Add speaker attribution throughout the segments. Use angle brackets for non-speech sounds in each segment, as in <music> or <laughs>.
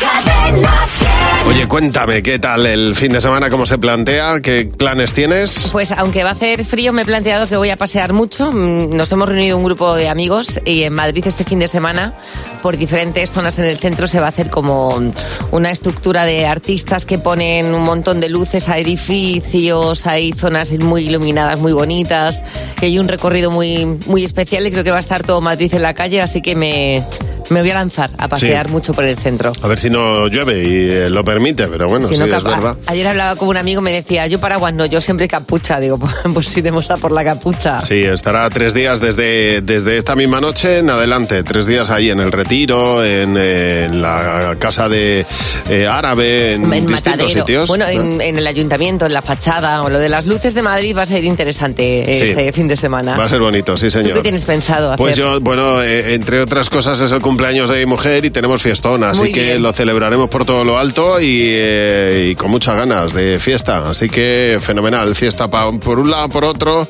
Speaker 1: Cadena 100.
Speaker 2: Oye, cuéntame, ¿qué tal el fin de semana? ¿Cómo se plantea? ¿Qué planes tienes?
Speaker 3: Pues aunque va a hacer frío, me he planteado que voy a pasear mucho. Mm, Nos hemos reunido un grupo de amigos y en Madrid este fin de semana, por diferentes zonas en el centro, se va a hacer como una estructura de artistas que ponen un montón de luces a edificios, hay zonas muy iluminadas, muy bonitas, y hay un recorrido muy, muy especial y creo que va a estar todo Madrid en la calle, así que me, me voy a lanzar a pasear mucho por el centro.
Speaker 2: A ver si no llueve y eh, lo permite, pero bueno,
Speaker 3: Si
Speaker 2: sí,
Speaker 3: no,
Speaker 2: es
Speaker 3: capa-
Speaker 2: verdad.
Speaker 3: Ayer hablaba con un amigo, me decía, yo paraguas no, yo siempre capucha. Digo, <laughs> pues iremos a por la capucha.
Speaker 2: Sí, estará tres días desde, desde esta misma noche en adelante. Tres días ahí en el Retiro, en, eh, en la Casa de eh, Árabe, en,
Speaker 3: En
Speaker 2: distintos
Speaker 3: Matadero.
Speaker 2: sitios.
Speaker 3: Bueno,
Speaker 2: ¿Eh?
Speaker 3: en, en el ayuntamiento, en la fachada o lo de las luces de Madrid va a ser interesante eh,
Speaker 2: Sí.
Speaker 3: este fin de semana.
Speaker 2: Va a ser bonito, sí,
Speaker 3: ¿Tú
Speaker 2: señor.
Speaker 3: qué tienes pensado hacer?
Speaker 2: Pues yo, bueno, eh, entre otras cosas es el cumpleaños de mi mujer y tenemos fiestón, así
Speaker 3: Muy
Speaker 2: que
Speaker 3: bien.
Speaker 2: lo celebraremos por todo lo alto y, eh, y con muchas ganas de fiesta, así que fenomenal, fiesta pa- por un lado, por otro,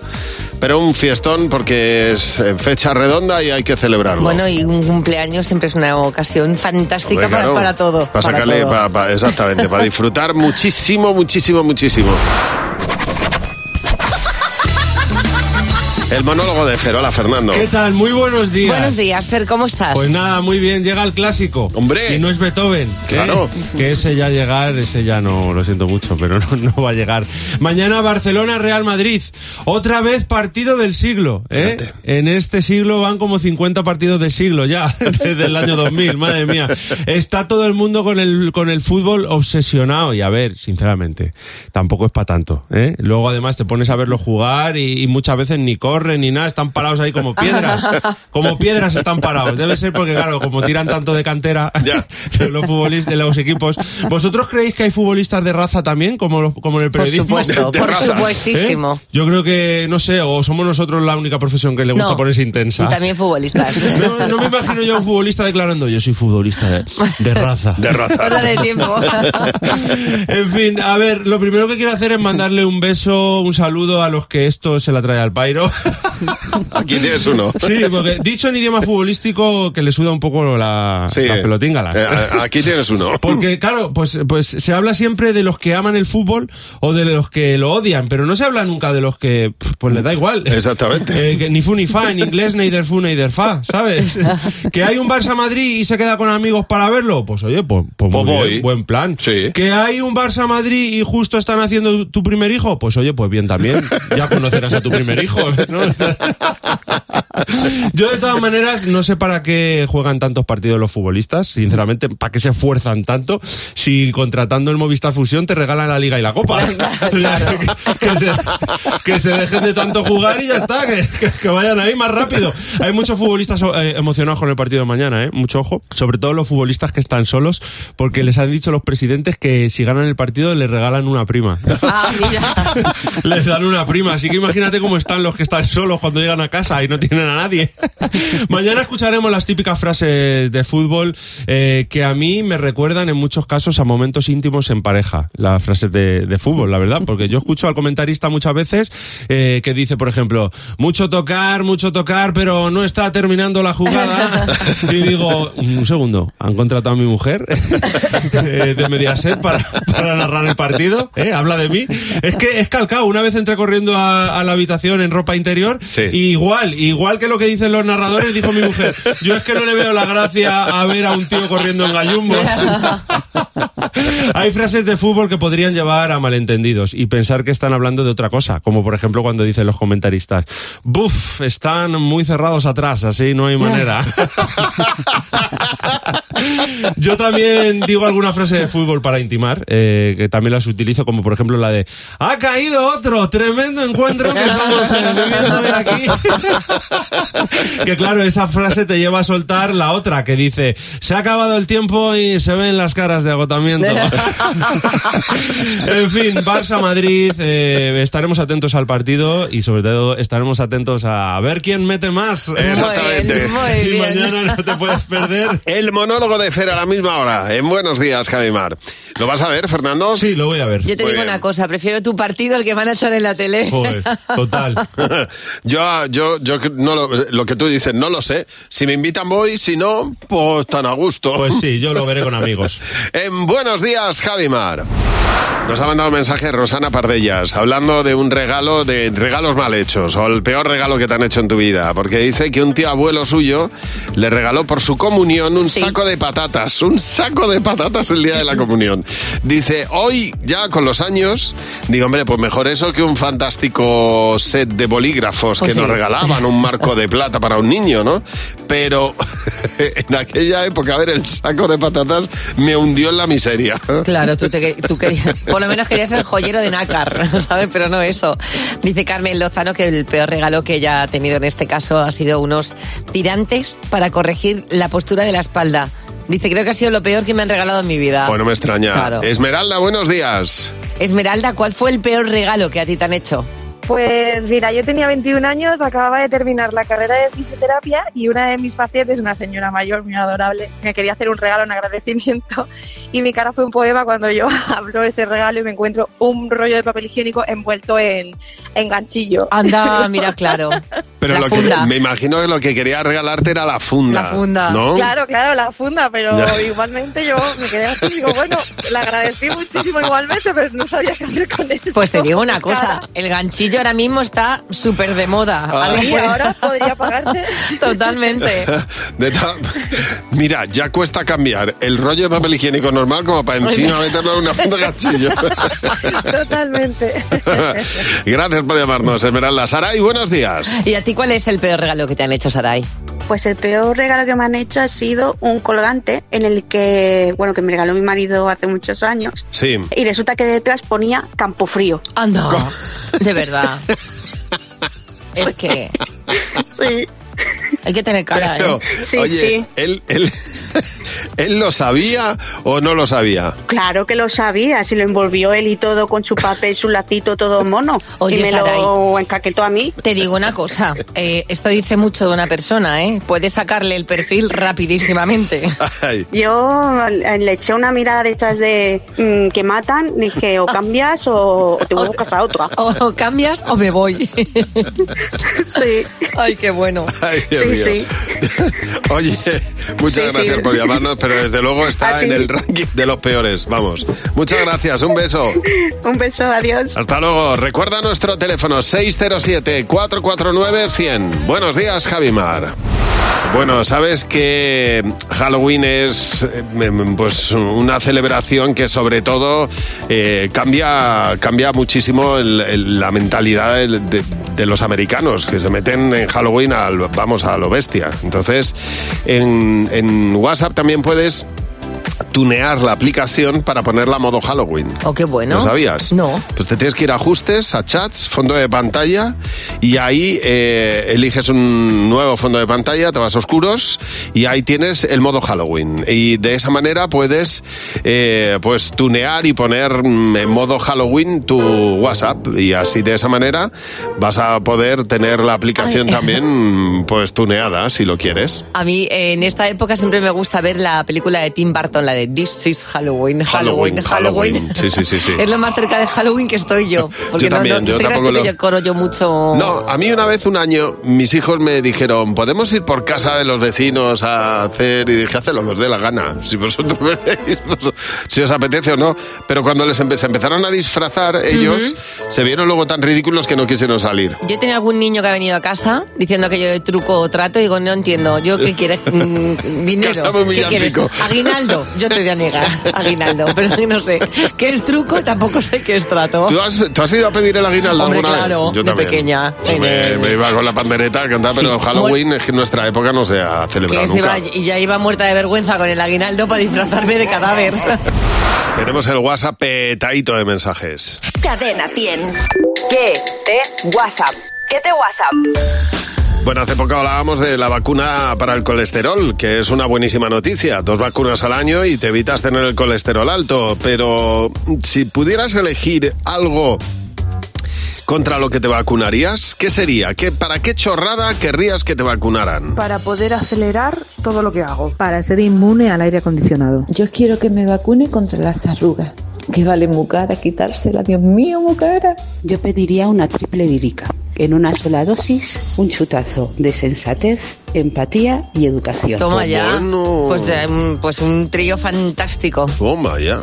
Speaker 2: pero un fiestón porque es eh, fecha redonda y hay que celebrarlo.
Speaker 3: Bueno, y un cumpleaños siempre es una ocasión fantástica
Speaker 2: Hombre,
Speaker 3: para,
Speaker 2: claro,
Speaker 3: para todo.
Speaker 2: Para sacarle,
Speaker 3: todo.
Speaker 2: pa- pa- exactamente, para disfrutar muchísimo, muchísimo, muchísimo. El monólogo de Ferola Fernando.
Speaker 4: ¿Qué tal? Muy buenos días.
Speaker 3: Buenos días, Fer, ¿cómo estás?
Speaker 4: Pues nada, muy bien, llega el clásico.
Speaker 2: Hombre.
Speaker 4: Y no es Beethoven. ¿eh?
Speaker 2: Claro.
Speaker 4: Que ese ya llegar, ese ya no, lo siento mucho, pero no, no va a llegar. Mañana Barcelona, Real Madrid. Otra vez partido del siglo. ¿eh?
Speaker 2: Fíjate.
Speaker 4: En este siglo van como 50 partidos de siglo ya, <laughs> desde el año 2000, madre mía. Está todo el mundo con el, con el fútbol obsesionado. Y a ver, sinceramente, tampoco es para tanto. ¿eh? Luego además te pones a verlo jugar y, y muchas veces ni corren ni nada, están parados ahí como
Speaker 2: <laughs>
Speaker 3: <laughs>
Speaker 4: piedras. Como piedras están parados. Debe ser porque, claro, como tiran tanto de cantera
Speaker 2: <laughs> Ya.
Speaker 4: <laughs> los futbolistas, los equipos. ¿Vosotros creéis que hay futbolistas de raza también, como, los- como en el
Speaker 3: por
Speaker 4: periodismo?
Speaker 3: supuesto,
Speaker 2: de
Speaker 3: por
Speaker 2: razas,
Speaker 3: supuestísimo.
Speaker 4: ¿Eh? Yo creo que, no sé, o somos nosotros la única profesión que le gusta
Speaker 3: No,
Speaker 4: ponerse intensa.
Speaker 3: Y también futbolistas.
Speaker 4: No, no me imagino yo <laughs> a un futbolista declarando yo soy futbolista de, de raza.
Speaker 2: De
Speaker 3: <laughs>
Speaker 2: raza.
Speaker 3: Dale tiempo.
Speaker 4: <laughs> en fin, a ver, lo primero que quiero hacer es mandarle un beso, un saludo a los que esto se la trae al pairo.
Speaker 2: Aquí tienes uno.
Speaker 4: sí, porque dicho en idioma futbolístico que le suda un poco la,
Speaker 2: Sí,
Speaker 4: Ah, la
Speaker 2: eh,
Speaker 4: pelotinga.
Speaker 2: eh, a- aquí tienes uno.
Speaker 4: <laughs>
Speaker 2: <laughs>
Speaker 4: Porque, claro, pues, pues se habla siempre de los que aman el fútbol o de los que lo odian, pero no se habla nunca de los que, pf, pues les da igual.
Speaker 2: Exactamente.
Speaker 4: Eh, que ni fu ni fa, en inglés neither fu neither fa, ¿sabes? que hay un Barça Madrid y se queda con amigos para verlo, pues oye, pues, pues muy
Speaker 2: Pues
Speaker 4: bien,
Speaker 2: voy.
Speaker 4: buen plan.
Speaker 2: Sí.
Speaker 4: Que hay un Barça Madrid y justo están haciendo tu primer hijo, pues oye, pues bien también, ya conocerás a tu primer hijo, ¿no? <laughs> Yo de todas maneras no sé para qué juegan tantos partidos los futbolistas, sinceramente, para qué se esfuerzan tanto si contratando el Movistar Fusión te regalan la liga y la copa. <laughs> O sea, que, que se, que se dejen de tanto jugar y ya está, que, que-
Speaker 5: eh,
Speaker 4: que vayan ahí más rápido. Hay muchos futbolistas eh, emocionados con el partido de mañana, ¿eh? mucho ojo, sobre todo los futbolistas que están solos porque les han dicho los presidentes que si ganan el partido les regalan una prima.
Speaker 3: Ah, mira.
Speaker 4: Les dan una prima, así que imagínate cómo están los que están solos cuando llegan a casa y no tienen a nadie. Mañana escucharemos las típicas frases de fútbol eh, que a mí me recuerdan en muchos casos a momentos íntimos en pareja, las frases de, de fútbol, la verdad, porque yo escucho al comentarista muchas veces eh, que dice, por ejemplo, mucho tocar, mucho tocar, pero no está terminando la jugada. Y digo, un segundo, ¿han contratado a mi mujer eh, de Mediaset para, para narrar el partido? ¿Eh? Habla de mí. Es que es calcado. Una vez entré corriendo a, a la habitación en ropa interior,
Speaker 2: Sí.
Speaker 4: y igual, igual que lo que dicen los narradores, dijo mi mujer, yo es que no le veo la gracia a ver a un tío corriendo en gallumbos. Hay frases de fútbol que podrían llevar a malentendidos y pensar que están hablando de otra cosa, como por ejemplo cuando dicen los comentaristas, buf, están muy cerrados atrás, así no hay manera. Yo también digo alguna frase de fútbol para intimar, eh, que también las utilizo, como por ejemplo la de ¡Ha caído otro! ¡Tremendo
Speaker 3: <laughs>
Speaker 4: encuentro que estamos eh, viviendo hoy aquí! que claro, esa frase te lleva a soltar la otra, que dice Se ha acabado el tiempo y se ven las caras de
Speaker 3: <laughs>
Speaker 4: agotamiento. en fin, Barça-Madrid, eh, estaremos atentos al partido y sobre todo estaremos atentos a ver quién mete más.
Speaker 2: Exactamente.
Speaker 3: Muy bien, muy
Speaker 4: Y
Speaker 3: bien.
Speaker 4: mañana no te puedes perder
Speaker 2: <laughs> El monólogo Luego de Fer a la misma hora. En Buenos Días, Javimar. ¿Lo vas a ver, Fernando?
Speaker 4: Sí, lo voy a ver.
Speaker 3: <laughs> Yo te
Speaker 2: Muy
Speaker 3: digo
Speaker 2: bien.
Speaker 3: una cosa, prefiero tu partido al que van a echar en la tele.
Speaker 4: Joder, total.
Speaker 2: <laughs> yo, yo, yo no lo, lo que tú dices, no lo sé. Si me invitan voy, si no, pues tan a gusto.
Speaker 4: Pues sí, yo
Speaker 2: <laughs>
Speaker 4: lo veré con amigos.
Speaker 2: En Buenos Días, Javimar. Nos ha mandado un mensaje Rosana Pardellas, hablando de un regalo, de regalos mal hechos, o el peor regalo que te han hecho en tu vida, porque dice que un tío abuelo suyo le regaló por su comunión un saco de patatas, un saco de patatas el día de la comunión. Dice, hoy ya con los años, digo, hombre, pues mejor eso que un fantástico set de bolígrafos
Speaker 3: Pues
Speaker 2: que nos
Speaker 3: sí.
Speaker 2: regalaban, un marco de plata para un niño, ¿no? Pero <laughs> en aquella época, a ver, el saco de patatas me hundió en la miseria.
Speaker 3: <laughs> Claro, tú, te, que- tú querías, por lo menos querías ser joyero de nácar, <laughs> ¿sabes? Pero no eso. Dice Carmen Lozano que el peor regalo que ella ha tenido en este caso ha sido unos tirantes para corregir la postura de la espalda. Dice, creo que ha sido lo peor que me han regalado en mi
Speaker 2: <laughs>
Speaker 3: vida.
Speaker 2: Bueno, me extraña.
Speaker 3: Claro.
Speaker 2: Esmeralda, buenos días.
Speaker 3: Esmeralda, ¿cuál fue el peor regalo que a ti te han hecho?
Speaker 6: Pues mira, yo tenía 21 años, acababa de terminar la carrera de fisioterapia y una de mis pacientes, una señora mayor muy adorable, me quería hacer un regalo, un agradecimiento <laughs> y mi cara fue un poema cuando yo <laughs> abro ese regalo y me encuentro un rollo de papel higiénico envuelto en, en ganchillo. <laughs>
Speaker 3: Anda, mira, claro.
Speaker 2: Pero
Speaker 3: la
Speaker 2: lo
Speaker 3: funda.
Speaker 2: que me imagino que lo que quería regalarte era la funda.
Speaker 3: La funda.
Speaker 2: ¿no?
Speaker 6: Claro, claro, la funda, pero
Speaker 2: Ya.
Speaker 6: <laughs> igualmente yo me quedé así, digo, bueno, la agradecí muchísimo igualmente, pero no sabía qué hacer con eso. <laughs>
Speaker 3: Pues te digo una cosa,
Speaker 6: Cara.
Speaker 3: el ganchillo ahora mismo está súper de moda.
Speaker 2: Ah.
Speaker 3: Algo
Speaker 6: Y
Speaker 3: puede-
Speaker 6: ahora podría
Speaker 3: <laughs>
Speaker 6: pagarse.
Speaker 3: Totalmente.
Speaker 2: <laughs> De ta- Mira, ya cuesta cambiar el rollo de papel higiénico normal como para encima meterlo en una funda de
Speaker 3: <laughs>
Speaker 2: ganchillo.
Speaker 6: Totalmente.
Speaker 2: <laughs> Gracias por llamarnos, Esmeralda. Saray, buenos días.
Speaker 3: ¿Y a ti cuál es el peor regalo que te han hecho, Sarai?
Speaker 7: Pues el peor regalo que me han hecho ha sido un colgante en el que, bueno, que me regaló mi marido hace muchos años
Speaker 2: Sí.
Speaker 7: y resulta que detrás ponía campo frío.
Speaker 3: Anda, de verdad. Es que
Speaker 7: <laughs> Sí.
Speaker 3: hay que tener cara,
Speaker 2: Pero,
Speaker 3: ¿eh?
Speaker 7: Sí,
Speaker 2: oye,
Speaker 7: sí.
Speaker 2: Él, él, <laughs> ¿él lo sabía o no lo sabía?
Speaker 7: Claro que lo sabía, si lo envolvió él y todo con su papel, su lacito, todo mono.
Speaker 3: Oye,
Speaker 7: y me lo
Speaker 3: Sarai.
Speaker 7: encaquetó a mí.
Speaker 3: Te digo una cosa, eh, esto dice mucho de una persona, ¿eh? Puedes sacarle el perfil rapidísimamente.
Speaker 2: Ay.
Speaker 7: Yo eh, le eché una mirada de estas de mm, que matan, dije
Speaker 3: <laughs>
Speaker 7: o cambias o, o te buscas a otra.
Speaker 3: O, o cambias o me voy.
Speaker 7: Sí.
Speaker 3: Ay, qué bueno.
Speaker 2: Ay, Dios
Speaker 7: Sí,
Speaker 2: mío.
Speaker 7: sí.
Speaker 2: Oye, muchas
Speaker 7: Sí, sí.
Speaker 2: gracias por llamarnos, pero desde luego
Speaker 7: A
Speaker 2: está
Speaker 7: ti.
Speaker 2: en el ranking de los peores. Vamos. Muchas gracias, un beso.
Speaker 7: <laughs> Un beso, adiós.
Speaker 2: Hasta luego. Recuerda nuestro teléfono 607-449-100. Buenos días, Javimar. Bueno, sabes que Halloween es eh, mm, pues una celebración que sobre todo eh, cambia, cambia muchísimo el- el- la mentalidad del- de, de los americanos que se meten en Halloween al, vamos a lo bestia. Entonces, en, en WhatsApp también puedes tunear la aplicación para ponerla a modo Halloween.
Speaker 3: Oh, qué bueno.
Speaker 2: ¿Lo sabías?
Speaker 3: No.
Speaker 2: Pues te tienes que ir a ajustes, a chats, fondo de pantalla y ahí eh, eliges un nuevo fondo de pantalla, te vas a oscuros y ahí tienes el modo Halloween. Y de esa manera puedes eh, pues tunear y poner mm, en modo Halloween tu WhatsApp y así de esa manera vas a poder tener la aplicación
Speaker 3: Ay.
Speaker 2: también mm, pues tuneada si lo quieres.
Speaker 3: A mí eh, en esta época siempre me gusta ver la película de Tim Burton, la de This is Halloween, Halloween,
Speaker 2: Halloween,
Speaker 3: Halloween.
Speaker 2: Halloween. Sí, sí, sí,
Speaker 3: <laughs>
Speaker 2: sí.
Speaker 3: Es lo más cerca de Halloween que estoy yo. Porque
Speaker 2: Yo
Speaker 3: no-
Speaker 2: también,
Speaker 3: no,
Speaker 2: yo
Speaker 3: ¿te creas
Speaker 2: tampoco
Speaker 3: tú que
Speaker 2: lo-
Speaker 3: yo corro yo mucho.
Speaker 2: No, a mí una vez un año mis hijos me dijeron, podemos ir por casa de los vecinos a hacer, y dije, haced lo que os dé la gana, si vosotros <laughs> veréis, vos- si os apetece o no. Pero cuando les empe- se empezaron a disfrazar, ellos se vieron luego tan ridículos que no quisieron salir.
Speaker 3: Yo tenía algún niño que ha venido a casa diciendo que yo de truco o trato y digo, no entiendo, ¿yo qué quieres?
Speaker 2: <laughs>
Speaker 3: Mm, dinero.
Speaker 2: Está muy
Speaker 3: ¿Qué quieres?
Speaker 2: villancico.
Speaker 3: Aguinaldo. Yo te voy a negar, aguinaldo. Pero no <laughs> sé qué es truco, tampoco sé qué es trato.
Speaker 2: ¿Tú has, tú has ido a pedir el aguinaldo
Speaker 3: Hombre,
Speaker 2: alguna
Speaker 3: claro,
Speaker 2: vez?
Speaker 3: de pequeña.
Speaker 2: Yo me,
Speaker 3: En el-
Speaker 2: me iba con la pandereta a cantar,
Speaker 3: Sí,
Speaker 2: pero Halloween es que en nuestra época no se ha celebrado
Speaker 3: Que se
Speaker 2: nunca.
Speaker 3: iba- y ya iba muerta de vergüenza con el aguinaldo para disfrazarme de cadáver.
Speaker 2: Tenemos el WhatsApp petadito de mensajes.
Speaker 8: Cadena 100.
Speaker 9: ¿Qué te WhatsApp? ¿Qué te WhatsApp?
Speaker 2: Bueno, hace poco hablábamos de la vacuna para el colesterol, que es una buenísima noticia. Dos vacunas al año y te evitas tener el colesterol alto. Pero si pudieras elegir algo contra lo que te vacunarías? ¿Qué sería? ¿Qué, ¿Para qué chorrada querrías que te vacunaran?
Speaker 10: Para poder acelerar todo lo que hago.
Speaker 11: Para ser inmune al aire acondicionado.
Speaker 12: Yo quiero que me vacune contra las arrugas. Que vale muy cara quitársela, Dios mío, muy cara.
Speaker 13: Yo pediría una triple vírica. En una sola dosis, un chutazo de sensatez, empatía y educación.
Speaker 3: Toma ya.
Speaker 2: Bueno.
Speaker 3: Pues, eh, mm, pues un trío fantástico.
Speaker 2: Toma ya.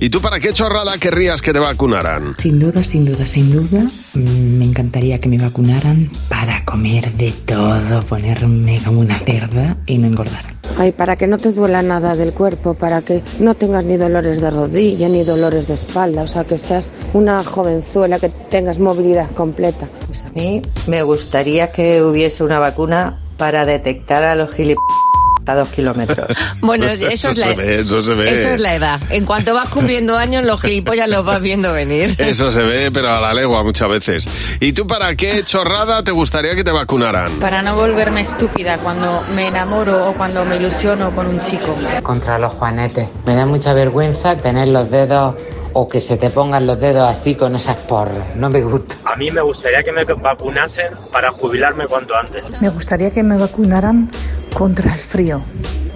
Speaker 2: ¿Y tú para qué chorrada querrías que te vacunaran?
Speaker 14: Sin duda, sin duda, sin duda, mm, me encantaría que me vacunaran para comer de todo, ponerme como una cerda y no engordar.
Speaker 15: Ay, para que no te duela nada del cuerpo, para que no tengas ni dolores de rodilla ni dolores de espalda, o sea, que seas una jovenzuela, que tengas movilidad completa.
Speaker 16: Pues a mí me gustaría que hubiese una vacuna para detectar a los gilipollas a dos kilómetros.
Speaker 3: Bueno, eso, es la,
Speaker 2: se ve, eso se ve.
Speaker 3: eso es la edad. En cuanto vas cumpliendo años, los gilipollas los vas
Speaker 2: <laughs>
Speaker 3: viendo venir.
Speaker 2: Eso se ve, pero a la legua muchas veces. ¿Y tú para qué chorrada te gustaría que te vacunaran?
Speaker 17: Para no volverme estúpida cuando me enamoro o cuando me ilusiono con un chico.
Speaker 18: <laughs> Contra los juanetes. Me da mucha vergüenza tener los dedos o que se te pongan los dedos así con esas porras. No me gusta.
Speaker 19: A mí me gustaría que me vacunasen para jubilarme cuanto antes.
Speaker 20: Me gustaría que me vacunaran contra el frío.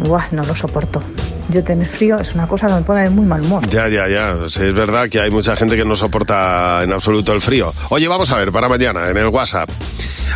Speaker 20: Buah, no lo soporto. Yo tener frío es una cosa que me pone de muy mal humor.
Speaker 2: Ya, ya, ya. Sí, es verdad que hay mucha gente que no soporta en absoluto el frío. Oye, vamos a ver, para mañana, en el WhatsApp.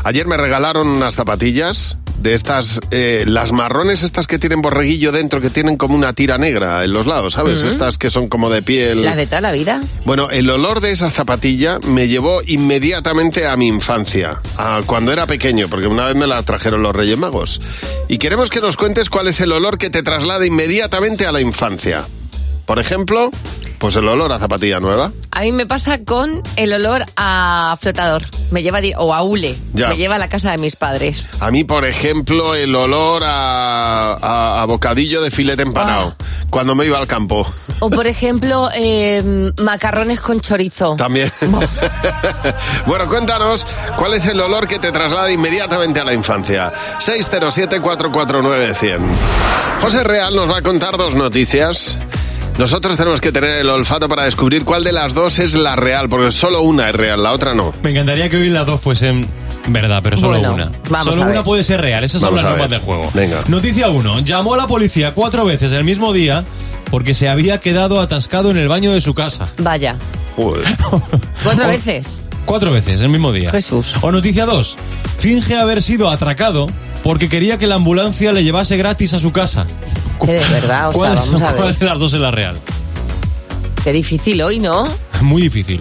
Speaker 2: Ayer me regalaron unas zapatillas de estas, eh, las marrones, estas que tienen borreguillo dentro, que tienen como una tira negra en los lados, ¿sabes?
Speaker 3: Ujú.
Speaker 2: Estas que son como de piel.
Speaker 3: Las de toda la vida.
Speaker 2: Bueno, el olor de esa zapatilla me llevó inmediatamente a mi infancia, a cuando era pequeño, porque una vez me la trajeron los Reyes Magos. Y queremos que nos cuentes cuál es el olor que te traslada inmediatamente a la infancia. Por ejemplo, pues el olor a zapatilla nueva.
Speaker 3: A mí me pasa con el olor a flotador. Me lleva di- o a hule.
Speaker 2: Ya.
Speaker 3: Me lleva a la casa de mis padres.
Speaker 2: A mí, por ejemplo, el olor a, a- a bocadillo de filete empanado, cuando me iba al campo.
Speaker 3: O por ejemplo, eh, macarrones con chorizo.
Speaker 2: También. <laughs> bueno, cuéntanos cuál es el olor que te traslada inmediatamente a la infancia. 607-449-100. José Real nos va a contar dos noticias. Nosotros tenemos que tener el olfato para descubrir cuál de las dos es la real, porque solo una es real, la otra no.
Speaker 5: Me encantaría que hoy las dos fuesen verdad, pero solo
Speaker 2: Bueno,
Speaker 5: una.
Speaker 2: vamos
Speaker 5: solo
Speaker 2: a ver.
Speaker 5: una puede ser real, esas
Speaker 2: Vamos
Speaker 5: son las
Speaker 2: a
Speaker 5: normas
Speaker 2: ver.
Speaker 5: del juego.
Speaker 2: Venga.
Speaker 5: Noticia 1. Llamó a la policía cuatro veces el mismo día porque se había quedado atascado en el baño de su casa.
Speaker 3: Vaya. Cuatro veces.
Speaker 5: <laughs> Cuatro veces el mismo día.
Speaker 3: Jesús.
Speaker 5: O noticia 2. Finge haber sido atracado porque quería que la ambulancia le llevase gratis a su casa.
Speaker 3: Que de verdad, o sea,
Speaker 5: ¿Cuál,
Speaker 3: vamos a ver.
Speaker 5: <laughs> cuál de las dos es la real?
Speaker 3: Qué difícil hoy, ¿no?
Speaker 5: Muy difícil.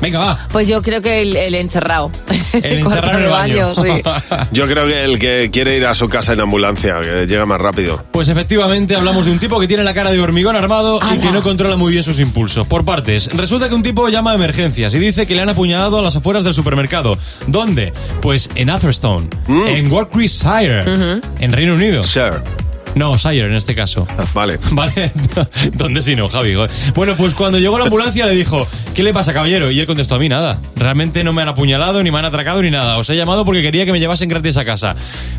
Speaker 5: Venga, va.
Speaker 3: Pues yo creo que el, el encerrado.
Speaker 5: El
Speaker 3: cuarto <laughs>
Speaker 5: encerrar el
Speaker 3: de
Speaker 5: baño.
Speaker 3: sí.
Speaker 2: Yo creo que el que quiere ir a su casa en ambulancia, que llega más rápido.
Speaker 5: Pues efectivamente hablamos de un tipo que tiene la cara de hormigón armado y que no controla muy bien sus impulsos. Por partes, resulta que un tipo llama a emergencias y dice que le han apuñalado a las afueras del supermercado. ¿Dónde? Pues en Atherstone, en Warwickshire,
Speaker 13: Mm.
Speaker 5: en Reino Unido. No, Shire en este caso.
Speaker 2: Vale.
Speaker 5: <laughs> Vale. ¿Dónde si no, Javi? Bueno, pues cuando llegó la ambulancia le dijo, ¿qué le pasa, caballero? Y él contestó, a mí nada. Realmente no me han apuñalado, ni me han atracado, ni nada. Os he llamado porque quería que me llevasen gratis a casa.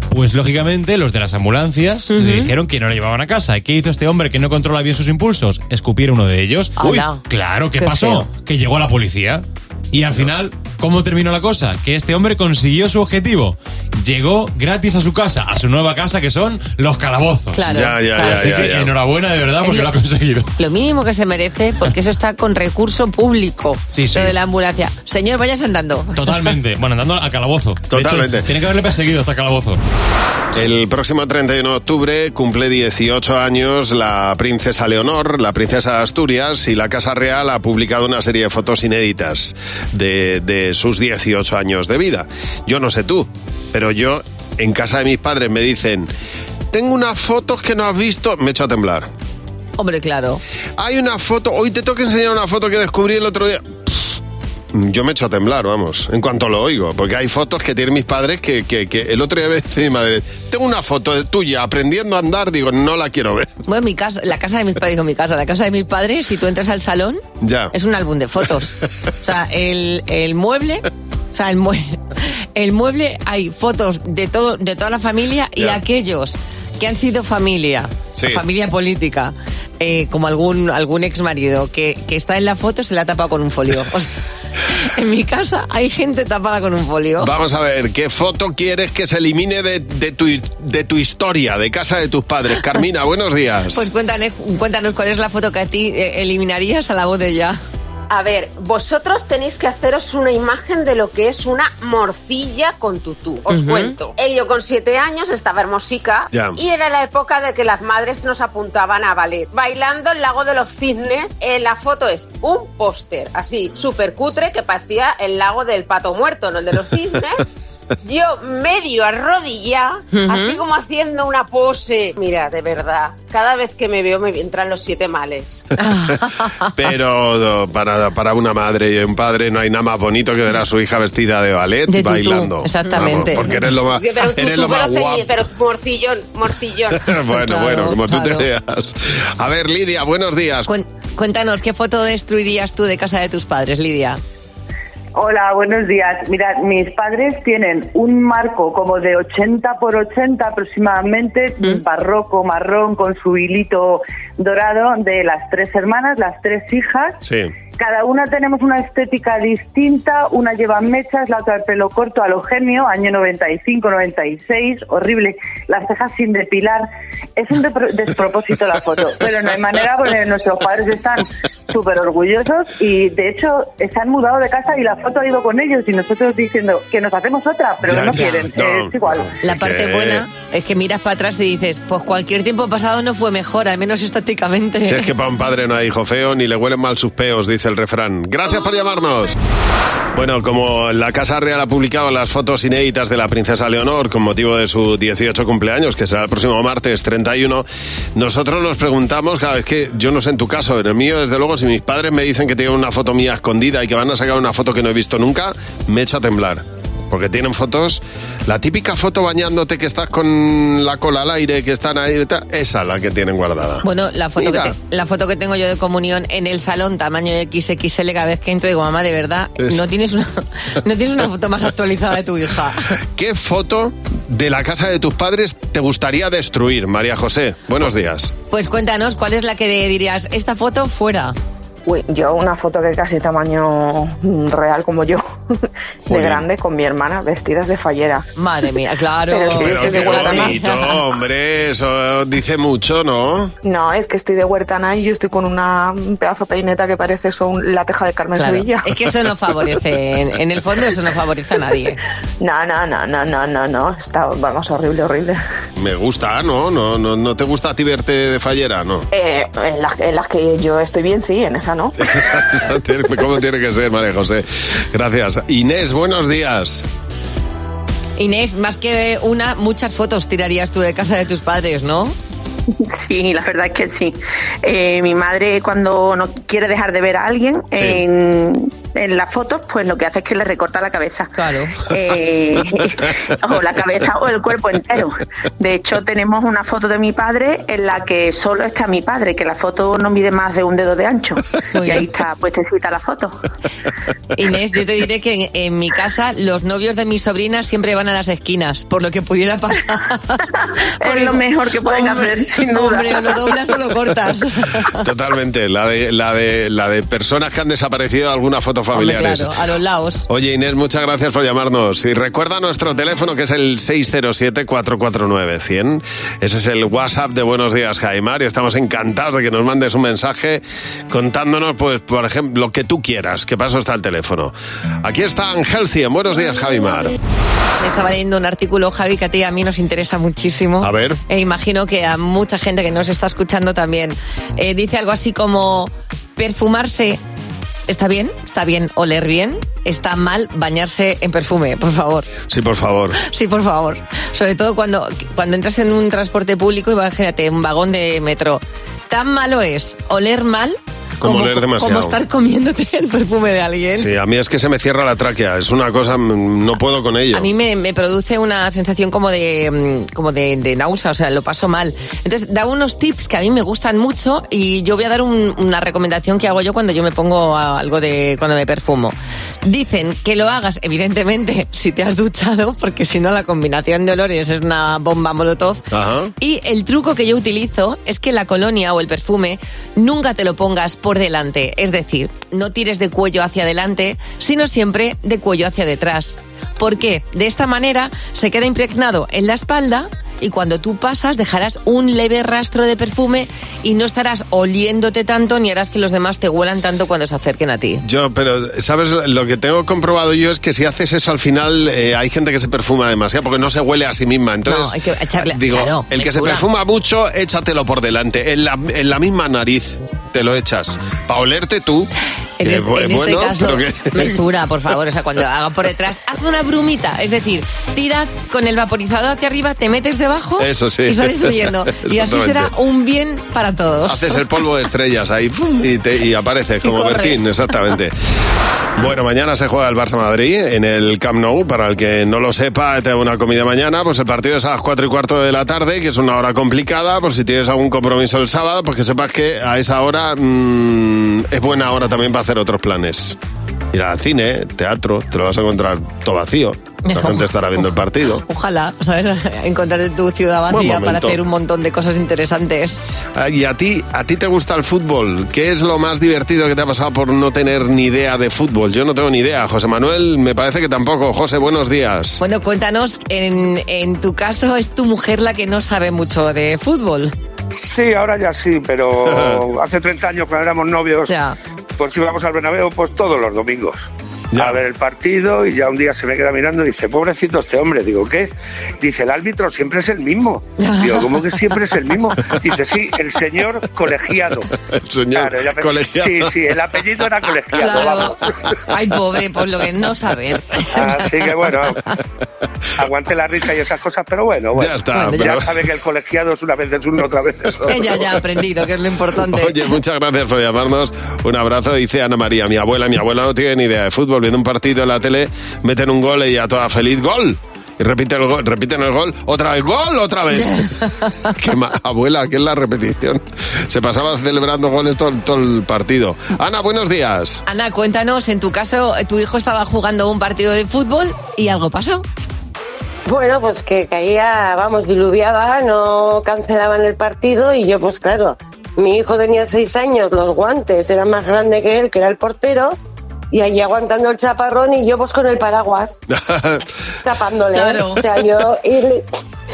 Speaker 5: Pues lógicamente los de las ambulancias le dijeron que no le llevaban a casa. ¿Y qué hizo este hombre que no controla bien sus impulsos? Escupir a uno de ellos.
Speaker 3: Ala.
Speaker 5: claro, ¿qué,
Speaker 3: Qué
Speaker 5: pasó? Que llegó la policía. Y al final, ¿cómo terminó la cosa? Que este hombre consiguió su objetivo. Llegó gratis a su casa, a su nueva casa que son los calabozos.
Speaker 3: Claro. Ya, ya,
Speaker 2: ya,
Speaker 5: Así
Speaker 2: ya,
Speaker 5: que
Speaker 2: ya.
Speaker 5: enhorabuena de verdad
Speaker 3: Es
Speaker 5: porque lo
Speaker 3: lo-
Speaker 5: ha conseguido.
Speaker 3: Lo mínimo que se merece, porque eso está con recurso público.
Speaker 5: Sí, sí.
Speaker 3: Lo de la ambulancia. Señor, vayas andando.
Speaker 5: Totalmente. Bueno, andando al calabozo. De hecho,
Speaker 2: Totalmente.
Speaker 5: tiene que haberle perseguido hasta el calabozo.
Speaker 2: El próximo 31 de octubre cumple 18 años la princesa Leonor, la princesa de Asturias, y la Casa Real ha publicado una serie de fotos inéditas de, de sus 18 años de vida. Yo no sé tú, pero yo en casa de mis padres me dicen, tengo unas fotos que no has visto, me echo a temblar.
Speaker 3: Hombre, claro.
Speaker 2: Hay una foto, hoy te tengo que enseñar una foto que descubrí el otro día. Yo me echo a temblar, vamos, en cuanto lo oigo, porque hay fotos que tienen mis padres que, que- que el otro día me decía mi madre, tengo una foto de tuya aprendiendo a andar, digo, no la quiero ver. <laughs>
Speaker 3: Bueno, mi casa, la casa de mis padres, digo, mi casa, la casa de mis padres, si tú entras al salón,
Speaker 2: Ya.
Speaker 3: es un álbum de fotos. O sea, el, el mueble, o sea, el mueble, el mueble hay fotos de todo, de toda la familia y
Speaker 2: Ya.
Speaker 3: aquellos que han sido familia,
Speaker 2: Sí.
Speaker 3: familia política, eh, como algún, algún ex marido que, que está en la foto se la ha tapado con un folio. O sea, En mi casa hay gente tapada con un folio.
Speaker 2: Vamos a ver, ¿qué foto quieres que se elimine de, de tu, de tu historia, de casa de tus
Speaker 3: <laughs>
Speaker 2: padres? Carmina, buenos días.
Speaker 3: Pues cuéntanos, cuéntanos cuál es la foto que a ti eh, eliminarías a la voz de ya.
Speaker 7: A ver, vosotros tenéis que haceros una imagen de lo que es una morcilla con tutú. Os
Speaker 2: Ujú.
Speaker 7: cuento. Eh, Yo con siete años estaba hermosica
Speaker 2: Ya.
Speaker 7: y era la época de que las madres nos apuntaban a ballet. Bailando el lago de los cisnes, eh, la foto es un póster así, súper cutre, que parecía el lago del pato muerto, no el
Speaker 2: <laughs>
Speaker 7: de los cisnes. Yo medio arrodillada,
Speaker 21: Ujú.
Speaker 7: así como haciendo una pose. Mira, de verdad, cada vez que me veo me entran los
Speaker 2: <laughs>
Speaker 7: siete males.
Speaker 2: Pero do, para, para una madre y un padre no hay nada más bonito que ver a su hija vestida de ballet
Speaker 3: De tutú,
Speaker 2: bailando.
Speaker 3: exactamente.
Speaker 2: Vamos, porque eres lo más,
Speaker 7: Sí, pero tú,
Speaker 2: eres
Speaker 7: tú,
Speaker 2: lo más
Speaker 7: pero,
Speaker 2: guapo.
Speaker 7: ceñi- pero morcillón, morcillón.
Speaker 2: <laughs> bueno, bueno, como tú
Speaker 3: claro.
Speaker 2: te veas. A ver, Lidia, buenos días.
Speaker 3: Cuen- Cuéntanos, ¿qué foto destruirías tú de casa de tus padres, Lidia?
Speaker 22: Hola, buenos días. Mirad, mis padres tienen un marco como de 80 por 80 aproximadamente,
Speaker 20: Mm.
Speaker 22: barroco, marrón, con su hilito dorado de las tres hermanas, las tres hijas.
Speaker 2: Sí.
Speaker 22: Cada una tenemos una estética distinta, una lleva mechas, la otra el pelo corto a lo genio, año 95, 96, horrible, las cejas sin depilar. Es un depro- despropósito la
Speaker 2: <laughs>
Speaker 22: foto, pero no hay manera porque nuestros padres están súper orgullosos y de hecho se han mudado de casa y la foto ha ido con ellos y nosotros diciendo que nos hacemos otra, pero
Speaker 2: Ya,
Speaker 22: no
Speaker 2: ya.
Speaker 22: quieren, Eh,
Speaker 2: No,
Speaker 22: es igual.
Speaker 3: La parte
Speaker 2: Ah, ¿Qué?
Speaker 3: buena es que miras para atrás y dices, pues cualquier tiempo pasado no fue mejor, al menos estáticamente.
Speaker 2: Si
Speaker 3: <laughs>
Speaker 2: es que para un padre no hay hijo feo, ni le huelen mal sus peos, dice el refrán. Gracias por llamarnos. Bueno, como la Casa Real ha publicado las fotos inéditas de la princesa Leonor con motivo de su 18 cumpleaños, que será el próximo martes 31, nosotros nos preguntamos, cada vez que yo no sé en tu caso, en el mío, desde luego, si mis padres me dicen que tienen una foto mía escondida y que van a sacar una foto que no he visto nunca, me echo a temblar. Porque tienen fotos, la típica foto bañándote que estás con la cola al aire, que están ahí, y tal, esa la que tienen guardada.
Speaker 3: Bueno, la foto, que
Speaker 2: Mira.
Speaker 3: te- la foto que tengo yo de comunión en el salón, tamaño XXL, cada vez que entro digo, mamá, de verdad,
Speaker 2: Es-
Speaker 3: no tienes una, <laughs> no tienes una foto más actualizada de tu hija.
Speaker 2: ¿Qué foto de la casa de tus padres te gustaría destruir, María José? Buenos días.
Speaker 3: Pues cuéntanos, ¿cuál es la que de- dirías, esta foto fuera?
Speaker 10: Uy, yo una foto que casi tamaño mm, real como yo, <laughs> de
Speaker 2: Jolín.
Speaker 10: grande con mi hermana, vestidas de fallera.
Speaker 3: Madre
Speaker 10: <laughs>
Speaker 3: mía, claro.
Speaker 10: Pero es que yo estoy de
Speaker 2: qué bonito,
Speaker 10: huertana.
Speaker 2: hombre, eso dice mucho, ¿no?
Speaker 10: No, es que estoy de huertana y yo estoy con una un pedazo de peineta que parece eso, un- la teja de Carmen
Speaker 3: Claro.
Speaker 10: Sevilla.
Speaker 3: Es que eso no favorece, en, en el fondo eso no favorece a nadie.
Speaker 10: <laughs> No, no, no, no, no, no, no. Está, vamos, horrible, horrible.
Speaker 2: Me gusta, ¿no? ¿no? No, no te gusta a ti verte de fallera, ¿no?
Speaker 10: Eh, en, las,
Speaker 2: <laughs>
Speaker 10: en las que yo estoy bien, sí, en esa
Speaker 4: <laughs>
Speaker 10: no. <laughs>
Speaker 2: ¿Cómo tiene que ser, María José? Gracias. Inés, buenos
Speaker 3: <laughs>
Speaker 2: días.
Speaker 3: Inés, más que una, muchas fotos tirarías tú de casa de tus padres, ¿no?
Speaker 23: Sí, la verdad es que sí. Eh, mi madre cuando no quiere dejar de ver a alguien en, en las fotos, pues lo que hace es que le recorta la cabeza. Eh, <laughs>
Speaker 3: Claro.
Speaker 23: o la cabeza o el cuerpo entero. De hecho, tenemos una foto de mi padre en la que solo está mi padre, que la foto no mide más de un dedo de
Speaker 3: <laughs>
Speaker 23: ancho. Y ahí está puestecita la foto.
Speaker 3: Inés, yo te diré que en, en mi casa los novios de mis sobrinas siempre van a las esquinas, por lo que
Speaker 23: <laughs>
Speaker 3: pudiera pasar. Por
Speaker 23: lo mejor que pueden hacer, sin duda.
Speaker 3: Hombre, o lo doblas o lo
Speaker 23: <laughs>
Speaker 3: cortas.
Speaker 2: Totalmente. La de, la de, la de personas que han desaparecido de alguna foto
Speaker 3: Hombre,
Speaker 2: familiares.
Speaker 3: claro, a los lados.
Speaker 2: Oye Inés, muchas gracias por llamarnos y recuerda nuestro teléfono que es el 607-449-100. Ese es el WhatsApp de Buenos Días Jaimar y estamos encantados de que nos mandes un mensaje contándonos, pues, por ejemplo, lo que tú quieras, que paso está el teléfono. Aquí está Ángel Cien, Buenos Días Jaimar.
Speaker 3: Me estaba leyendo un artículo, Javi, que a ti y a mí nos interesa muchísimo.
Speaker 2: A ver.
Speaker 3: E imagino que a mucha gente que nos está escuchando también. Eh, dice algo así como perfumarse. ¿Está bien? ¿Está bien oler bien? ¿Está mal bañarse en perfume? <laughs> Por favor.
Speaker 2: Sí, por favor.
Speaker 3: Sí, por favor. Sobre todo cuando, cuando entras en un transporte público, imagínate, un vagón de metro. Tan malo es oler mal
Speaker 2: Como oler demasiado.
Speaker 3: como estar comiéndote el perfume de alguien.
Speaker 2: Sí, a mí es que se me cierra la tráquea, es una cosa, mm, no puedo con ello.
Speaker 3: A mí me, me produce una sensación como de mm, como de, de náusea, o sea, lo paso mal. Entonces, da unos tips que a mí me gustan mucho y yo voy a dar un- una recomendación que hago yo cuando yo me pongo a- algo de cuando me perfumo. Dicen que lo hagas, evidentemente, <laughs> si te has duchado, porque si no la combinación de olores es una bomba molotov.
Speaker 2: Ajá.
Speaker 3: Y el truco que yo utilizo es que la colonia o el perfume nunca te lo pongas por delante. Es decir, no tires de cuello hacia adelante, sino siempre de cuello hacia detrás. ¿Por qué? De esta manera se queda impregnado en la espalda y cuando tú pasas dejarás un leve rastro de perfume y no estarás oliéndote tanto ni harás que los demás te huelan tanto cuando se acerquen a ti.
Speaker 2: Yo, pero, ¿sabes? Lo que tengo comprobado yo es que si haces eso al final eh, hay gente que se perfuma demasiado porque no se huele a sí misma. Entonces,
Speaker 3: No, hay que echarle-
Speaker 2: digo,
Speaker 3: claro,
Speaker 2: el que se
Speaker 3: mesura.
Speaker 2: perfuma mucho, échatelo por delante. En la, en la misma nariz te lo echas. Para olerte tú.
Speaker 3: En,
Speaker 2: que
Speaker 3: este-
Speaker 2: bu-
Speaker 3: en este
Speaker 2: bueno,
Speaker 3: caso,
Speaker 2: pero que- <laughs>
Speaker 3: mesura, por favor. O sea, cuando hagan por detrás, haz una brumita. Es decir, tira con el vaporizador hacia arriba, te metes debajo
Speaker 2: Eso sí.
Speaker 3: y sales
Speaker 2: <laughs>
Speaker 3: huyendo. Y así será
Speaker 2: Exactamente.
Speaker 3: un bien para todos.
Speaker 2: Haces el polvo de estrellas ahí ¡pum! y, te, y apareces como
Speaker 3: corres.
Speaker 2: Bertín, exactamente. Bueno, mañana se juega el Barça Madrid en el Camp Nou. Para el que no lo sepa, te hago una comida mañana. Pues el partido es a las 4 y cuarto de la tarde, que es una hora complicada. Por si tienes algún compromiso el sábado, pues que sepas que a esa hora mm, es buena hora también para hacer otros planes. Ir al cine, teatro, te lo vas a encontrar todo vacío.
Speaker 3: <laughs>
Speaker 2: La gente estará viendo el partido.
Speaker 3: Ojalá, ¿sabes? <laughs> Encontrarte tu ciudad
Speaker 2: Buen
Speaker 3: vacía para
Speaker 2: momento.
Speaker 3: hacer un montón de cosas interesantes.
Speaker 2: Ah, ¿Y a ti, a ti te gusta el fútbol? ¿Qué es lo más divertido que te ha pasado por no tener ni idea de fútbol? Yo no tengo ni idea. José Manuel, me parece que tampoco. José, buenos días.
Speaker 3: Bueno, cuéntanos, en, en tu caso, ¿es tu mujer la que no sabe mucho de fútbol?
Speaker 24: Sí, ahora ya sí,
Speaker 2: <laughs>
Speaker 24: pero hace 30 años cuando éramos novios, pues íbamos al Bernabéu pues todos los domingos a ver el partido y ya un día se me queda mirando y dice, pobrecito este hombre, digo, ¿qué? Dice, el árbitro siempre es el
Speaker 3: <laughs>
Speaker 24: mismo. Digo, ¿cómo que siempre es el mismo? Dice, sí, el señor colegiado.
Speaker 2: <laughs> El señor
Speaker 24: Claro, el ape-
Speaker 2: colegiado.
Speaker 24: Sí, sí, el apellido era colegiado,
Speaker 3: Claro.
Speaker 24: vamos.
Speaker 3: Ay, pobre, por lo que no saber.
Speaker 24: Así que bueno, aguante la risa y esas cosas, pero bueno, bueno.
Speaker 2: Ya está,
Speaker 24: ya
Speaker 2: pero-
Speaker 24: sabe que el colegiado es una vez es uno, otra vez es otro.
Speaker 3: Ella ya ha aprendido, que es lo importante.
Speaker 2: Oye, muchas gracias por llamarnos. Un abrazo, dice Ana María. Mi abuela, mi abuela no tiene ni idea de fútbol. Viendo un partido en la tele, meten un gol y ya toda feliz. ¡Gol! Y repiten el gol, repiten el gol, otra vez, gol, otra vez. Qué ma- abuela, que es la repetición. Se pasaba celebrando goles todo, todo el partido. Ana, buenos días. <laughs>
Speaker 3: Ana, cuéntanos, en tu caso, tu hijo estaba jugando un partido de fútbol y algo pasó.
Speaker 4: Bueno, pues que caía, vamos, diluviaba, no cancelaban el partido y yo, pues claro, mi hijo tenía seis años, los guantes eran más grande que él, que era el portero, y allí aguantando el chaparrón y yo pues con el paraguas tapándole. ¿eh?
Speaker 3: Claro.
Speaker 4: O sea, yo y le,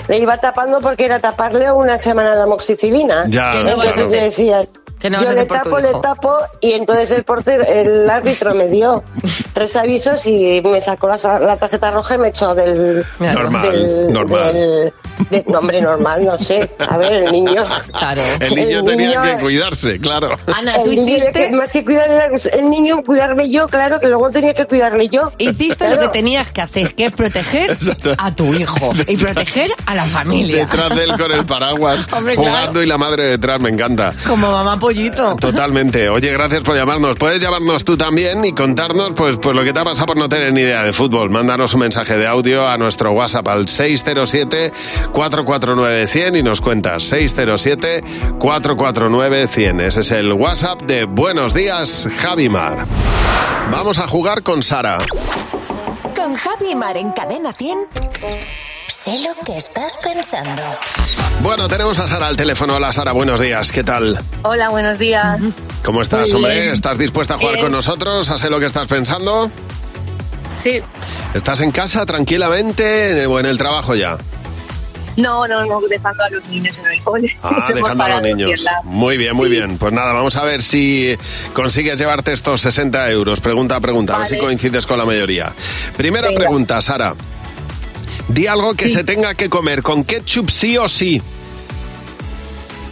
Speaker 4: le iba tapando porque era taparle una semana de amoxicilina.
Speaker 2: Ya, Que no vas a
Speaker 4: Entonces
Speaker 2: hacer-
Speaker 4: le decían,
Speaker 3: que no vas
Speaker 4: yo
Speaker 3: a
Speaker 4: le
Speaker 3: hacer por tu
Speaker 4: tapo, le
Speaker 3: hijo.
Speaker 4: tapo y entonces el portero, el árbitro me dio tres avisos y me sacó la, sa- la tarjeta roja y me echó del...
Speaker 2: Normal,
Speaker 4: del-
Speaker 2: normal.
Speaker 4: del- de- no, hombre, normal, no
Speaker 3: <laughs>
Speaker 4: sé. A ver, el niño...
Speaker 2: El niño
Speaker 4: El
Speaker 2: tenía
Speaker 4: niño-
Speaker 2: que cuidarse, claro.
Speaker 4: El niño que- más que cuidar era el niño, cuidarme yo, claro, que luego tenía que cuidarle yo.
Speaker 3: Hiciste lo que tenías que hacer, que es proteger a tu hijo y proteger a la familia.
Speaker 2: Detrás de él con el paraguas,
Speaker 3: <laughs> Hombre, claro.
Speaker 2: jugando y la madre detrás, me encanta.
Speaker 3: Como mamá pollito.
Speaker 2: Totalmente. Oye, gracias por llamarnos. Puedes llamarnos tú también y contarnos pues, pues lo que te ha pasado por no tener ni idea de fútbol. Mándanos un mensaje de audio a nuestro WhatsApp al 607-449-100 y nos cuentas 607-449-100. Ese es el WhatsApp de Buenos Días, Javimar. Vamos a jugar con Sara.
Speaker 21: Con Javi Mar en Cadena 100. Sé lo que estás pensando.
Speaker 2: Bueno, tenemos a Sara al teléfono. Hola, Sara, buenos días. ¿Qué tal?
Speaker 25: Hola, buenos días.
Speaker 2: ¿Cómo estás,
Speaker 25: Muy
Speaker 2: hombre?
Speaker 25: bien.
Speaker 2: ¿Estás dispuesta a jugar
Speaker 25: Bien.
Speaker 2: con nosotros? ¿A sé lo que estás pensando?
Speaker 25: Sí.
Speaker 2: ¿Estás en casa tranquilamente en el- o en el trabajo ya?
Speaker 25: No, no, no, dejando a los niños en el cole.
Speaker 2: Ah,
Speaker 25: <laughs> Hemos
Speaker 2: dejando a los
Speaker 25: parado en
Speaker 2: niños.
Speaker 25: tienda.
Speaker 2: Muy bien, muy bien. Pues nada, vamos a ver si consigues llevarte estos 60 euros. Pregunta a pregunta, a ver si
Speaker 25: Vale.
Speaker 2: coincides con la mayoría. Primera
Speaker 25: Venga.
Speaker 2: pregunta, Sara. Di algo que se tenga que comer con ketchup sí o sí.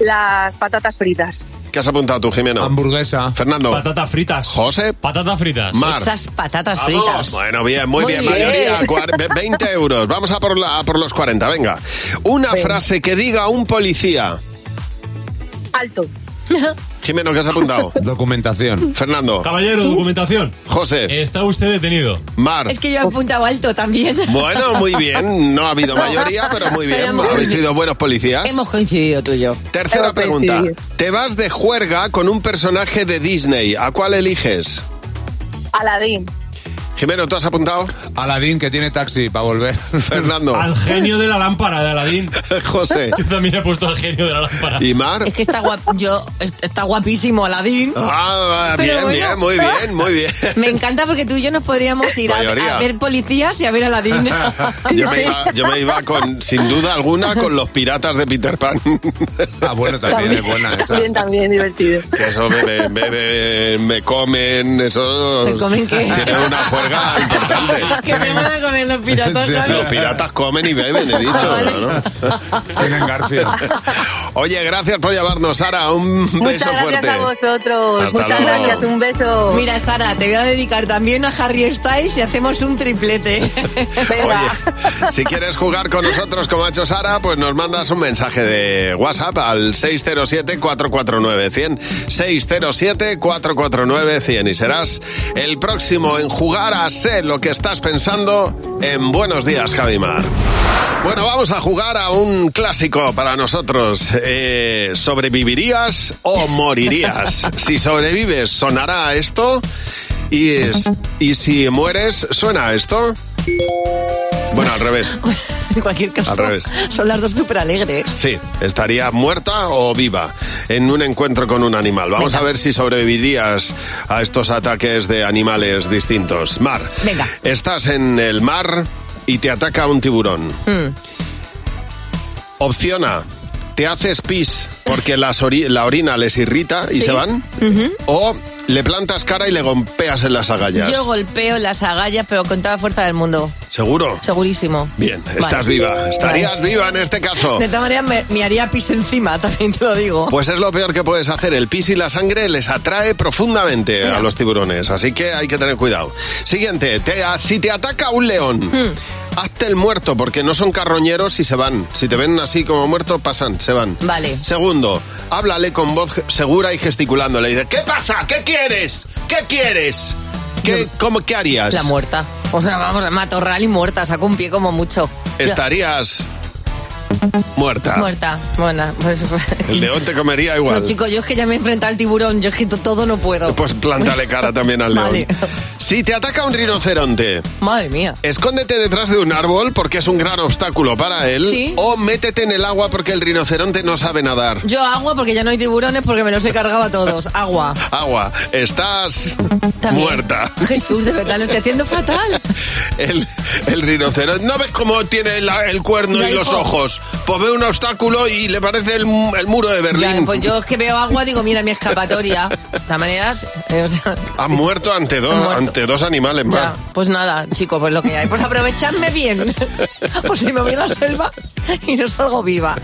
Speaker 25: Las patatas fritas.
Speaker 2: ¿Qué has apuntado tú, Jimeno? Hamburguesa. Fernando. Patatas fritas. José.
Speaker 5: Patatas fritas.
Speaker 2: Mar.
Speaker 3: Esas patatas fritas.
Speaker 2: Bueno, bien, muy,
Speaker 3: Muy
Speaker 2: bien,
Speaker 3: bien. <laughs>
Speaker 2: mayoría, cuar- ve- 20 euros. Vamos a por, la- a por los 40, venga. Una frase que diga un policía.
Speaker 25: Alto.
Speaker 2: Jimeno, ¿qué has
Speaker 1: <laughs>
Speaker 2: apuntado? Documentación. Fernando.
Speaker 5: Caballero, documentación.
Speaker 2: José.
Speaker 5: Está usted detenido.
Speaker 2: Mar.
Speaker 3: Es que yo he apuntado alto también.
Speaker 2: <laughs> Bueno, muy bien. No ha habido mayoría, pero muy bien.
Speaker 3: Pero muy
Speaker 2: Habéis
Speaker 3: bien.
Speaker 2: sido buenos policías.
Speaker 3: <laughs> Hemos coincidido tú y yo.
Speaker 2: Tercera pregunta. Te vas de juerga con un personaje de Disney. ¿A cuál eliges?
Speaker 25: Aladín.
Speaker 2: Jimeno, ¿tú has apuntado?
Speaker 1: Aladín, que tiene taxi para volver.
Speaker 2: <laughs> Fernando.
Speaker 5: Al genio de la lámpara de Aladín.
Speaker 2: <laughs> José.
Speaker 5: Yo <laughs> también he puesto al genio de la lámpara.
Speaker 2: ¿Y Mar?
Speaker 3: Es que está, guap yo, est- está guapísimo Aladín.
Speaker 2: Ah,
Speaker 3: Pero
Speaker 2: bien,
Speaker 3: bueno.
Speaker 2: bien, muy bien, muy bien.
Speaker 3: <laughs> Me encanta porque tú y yo nos podríamos ir a,
Speaker 2: Mayoría.
Speaker 3: a ver policías y a ver
Speaker 2: <laughs>
Speaker 3: Aladín.
Speaker 2: Yo me, iba, yo me
Speaker 3: <laughs>
Speaker 2: iba con, sin duda alguna, con los piratas de Peter Pan.
Speaker 1: <laughs> Ah, bueno, también es buena esa.
Speaker 25: También, también, divertido.
Speaker 2: Que eso beben, beben, me comen, eso.
Speaker 3: ¿Me comen qué?
Speaker 2: Tienen una juerga importante.
Speaker 3: <laughs> que me van a comer los
Speaker 2: <laughs>
Speaker 3: piratas.
Speaker 2: Los piratas comen y beben, he dicho.
Speaker 3: Vale.
Speaker 2: ¿no? Tienen Garfield. <laughs> Oye, gracias por llamarnos, Sara. Un
Speaker 25: Muchas
Speaker 2: beso
Speaker 25: gracias
Speaker 2: fuerte.
Speaker 25: a vosotros.
Speaker 2: Hasta
Speaker 25: Muchas
Speaker 2: luego.
Speaker 25: gracias. Un beso.
Speaker 3: Mira, Sara, te voy a dedicar también a Harry Styles y hacemos
Speaker 2: <laughs>
Speaker 3: un triplete.
Speaker 2: Si quieres jugar con nosotros como ha hecho Sara, pues nos mandas un mensaje de WhatsApp al 607-449-100. 607-449-100. Y serás el próximo en jugar a Sé lo que estás pensando en Buenos Días, Javimar. Bueno, vamos a jugar a un clásico para nosotros. Eh, ¿Sobrevivirías o morirías? Si sobrevives, sonará esto. Y, es, y si mueres, suena esto. Bueno, al revés.
Speaker 3: En cualquier caso,
Speaker 2: Al revés.
Speaker 3: son las dos súper alegres.
Speaker 2: Sí, estaría muerta o viva en un encuentro con un animal. Vamos a ver si sobrevivirías a estos ataques de animales distintos. Mar.
Speaker 3: Venga.
Speaker 2: Estás en el mar y te ataca un tiburón.
Speaker 3: Mm.
Speaker 2: Opción A. Te haces pis porque las ori- la orina les irrita y se van.
Speaker 3: Ujú.
Speaker 2: O le plantas cara y le golpeas en las agallas.
Speaker 3: Yo golpeo las agallas, pero con toda la fuerza del mundo.
Speaker 2: ¿Seguro?
Speaker 3: Segurísimo.
Speaker 2: Bien, estás
Speaker 3: Vale.
Speaker 2: viva. Estarías
Speaker 3: Vale.
Speaker 2: viva en este caso.
Speaker 3: De todas maneras, me, me haría pis encima, <laughs> también te lo digo.
Speaker 2: Pues es lo peor que puedes hacer. El pis y la sangre les atrae profundamente a los tiburones, así que hay que tener cuidado. Siguiente, te- a- si te ataca un león,
Speaker 3: Hmm.
Speaker 2: hazte el muerto porque no son carroñeros y se van. Si te ven así como muerto, pasan, se van.
Speaker 3: Vale.
Speaker 2: Segundo, háblale con voz segura y gesticulando. Le dices, ¿qué pasa? ¿Qué quieres? ¿Qué quieres? ¿Qué, cómo, ¿qué harías?
Speaker 3: La muerta. O sea, vamos, matorral y muerta, saco un pie como mucho.
Speaker 2: Estarías muerta.
Speaker 3: Muerta. Bueno, pues...
Speaker 2: El
Speaker 3: <laughs>
Speaker 2: león te comería igual.
Speaker 3: No, chico, yo es que ya me he enfrentado al tiburón, yo es que to- todo no puedo.
Speaker 2: Pues plántale cara también al león.
Speaker 3: <laughs> Vale.
Speaker 2: Si te ataca un rinoceronte,
Speaker 3: Madre mía.
Speaker 2: escóndete detrás de un árbol porque es un gran obstáculo para él.
Speaker 3: Sí.
Speaker 2: O métete en el agua porque el rinoceronte no sabe nadar.
Speaker 3: Yo agua porque ya no hay tiburones porque me los he cargado a todos. Agua.
Speaker 2: Agua, estás muerta.
Speaker 3: Jesús, de verdad, lo estoy
Speaker 2: <laughs>
Speaker 3: haciendo fatal.
Speaker 2: El, el rinoceronte. ¿No ves cómo tiene la- el cuerno
Speaker 3: Ya,
Speaker 2: y los
Speaker 3: hijo.
Speaker 2: ojos? Pues ve un obstáculo y le parece el, mu- el muro de Berlín.
Speaker 3: Ya, pues yo es que veo agua, digo, mira mi escapatoria. De todas maneras, eh, o sea,
Speaker 2: Has muerto ante dos,
Speaker 3: He muerto.
Speaker 2: ante dos animales más.
Speaker 3: ya, pues nada, chico, pues lo que hay. Pues aprovechadme bien. <laughs> Por si me voy a la selva y no salgo viva.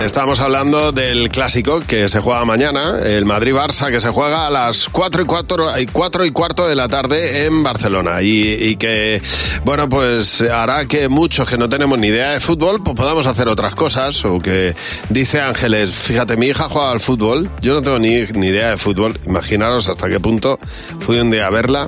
Speaker 2: Estamos hablando del clásico que se juega mañana, el Madrid-Barça, que se juega a las 4 y, 4, y cuatro y cuarto de la tarde en Barcelona. Y, y que, bueno, pues hará que muchos que no tenemos ni idea de fútbol, pues podamos hacer otras cosas. O que dice Ángeles, fíjate, mi hija juega al fútbol, yo no tengo ni, ni idea de fútbol. Imaginaros hasta qué punto fui un día a verla.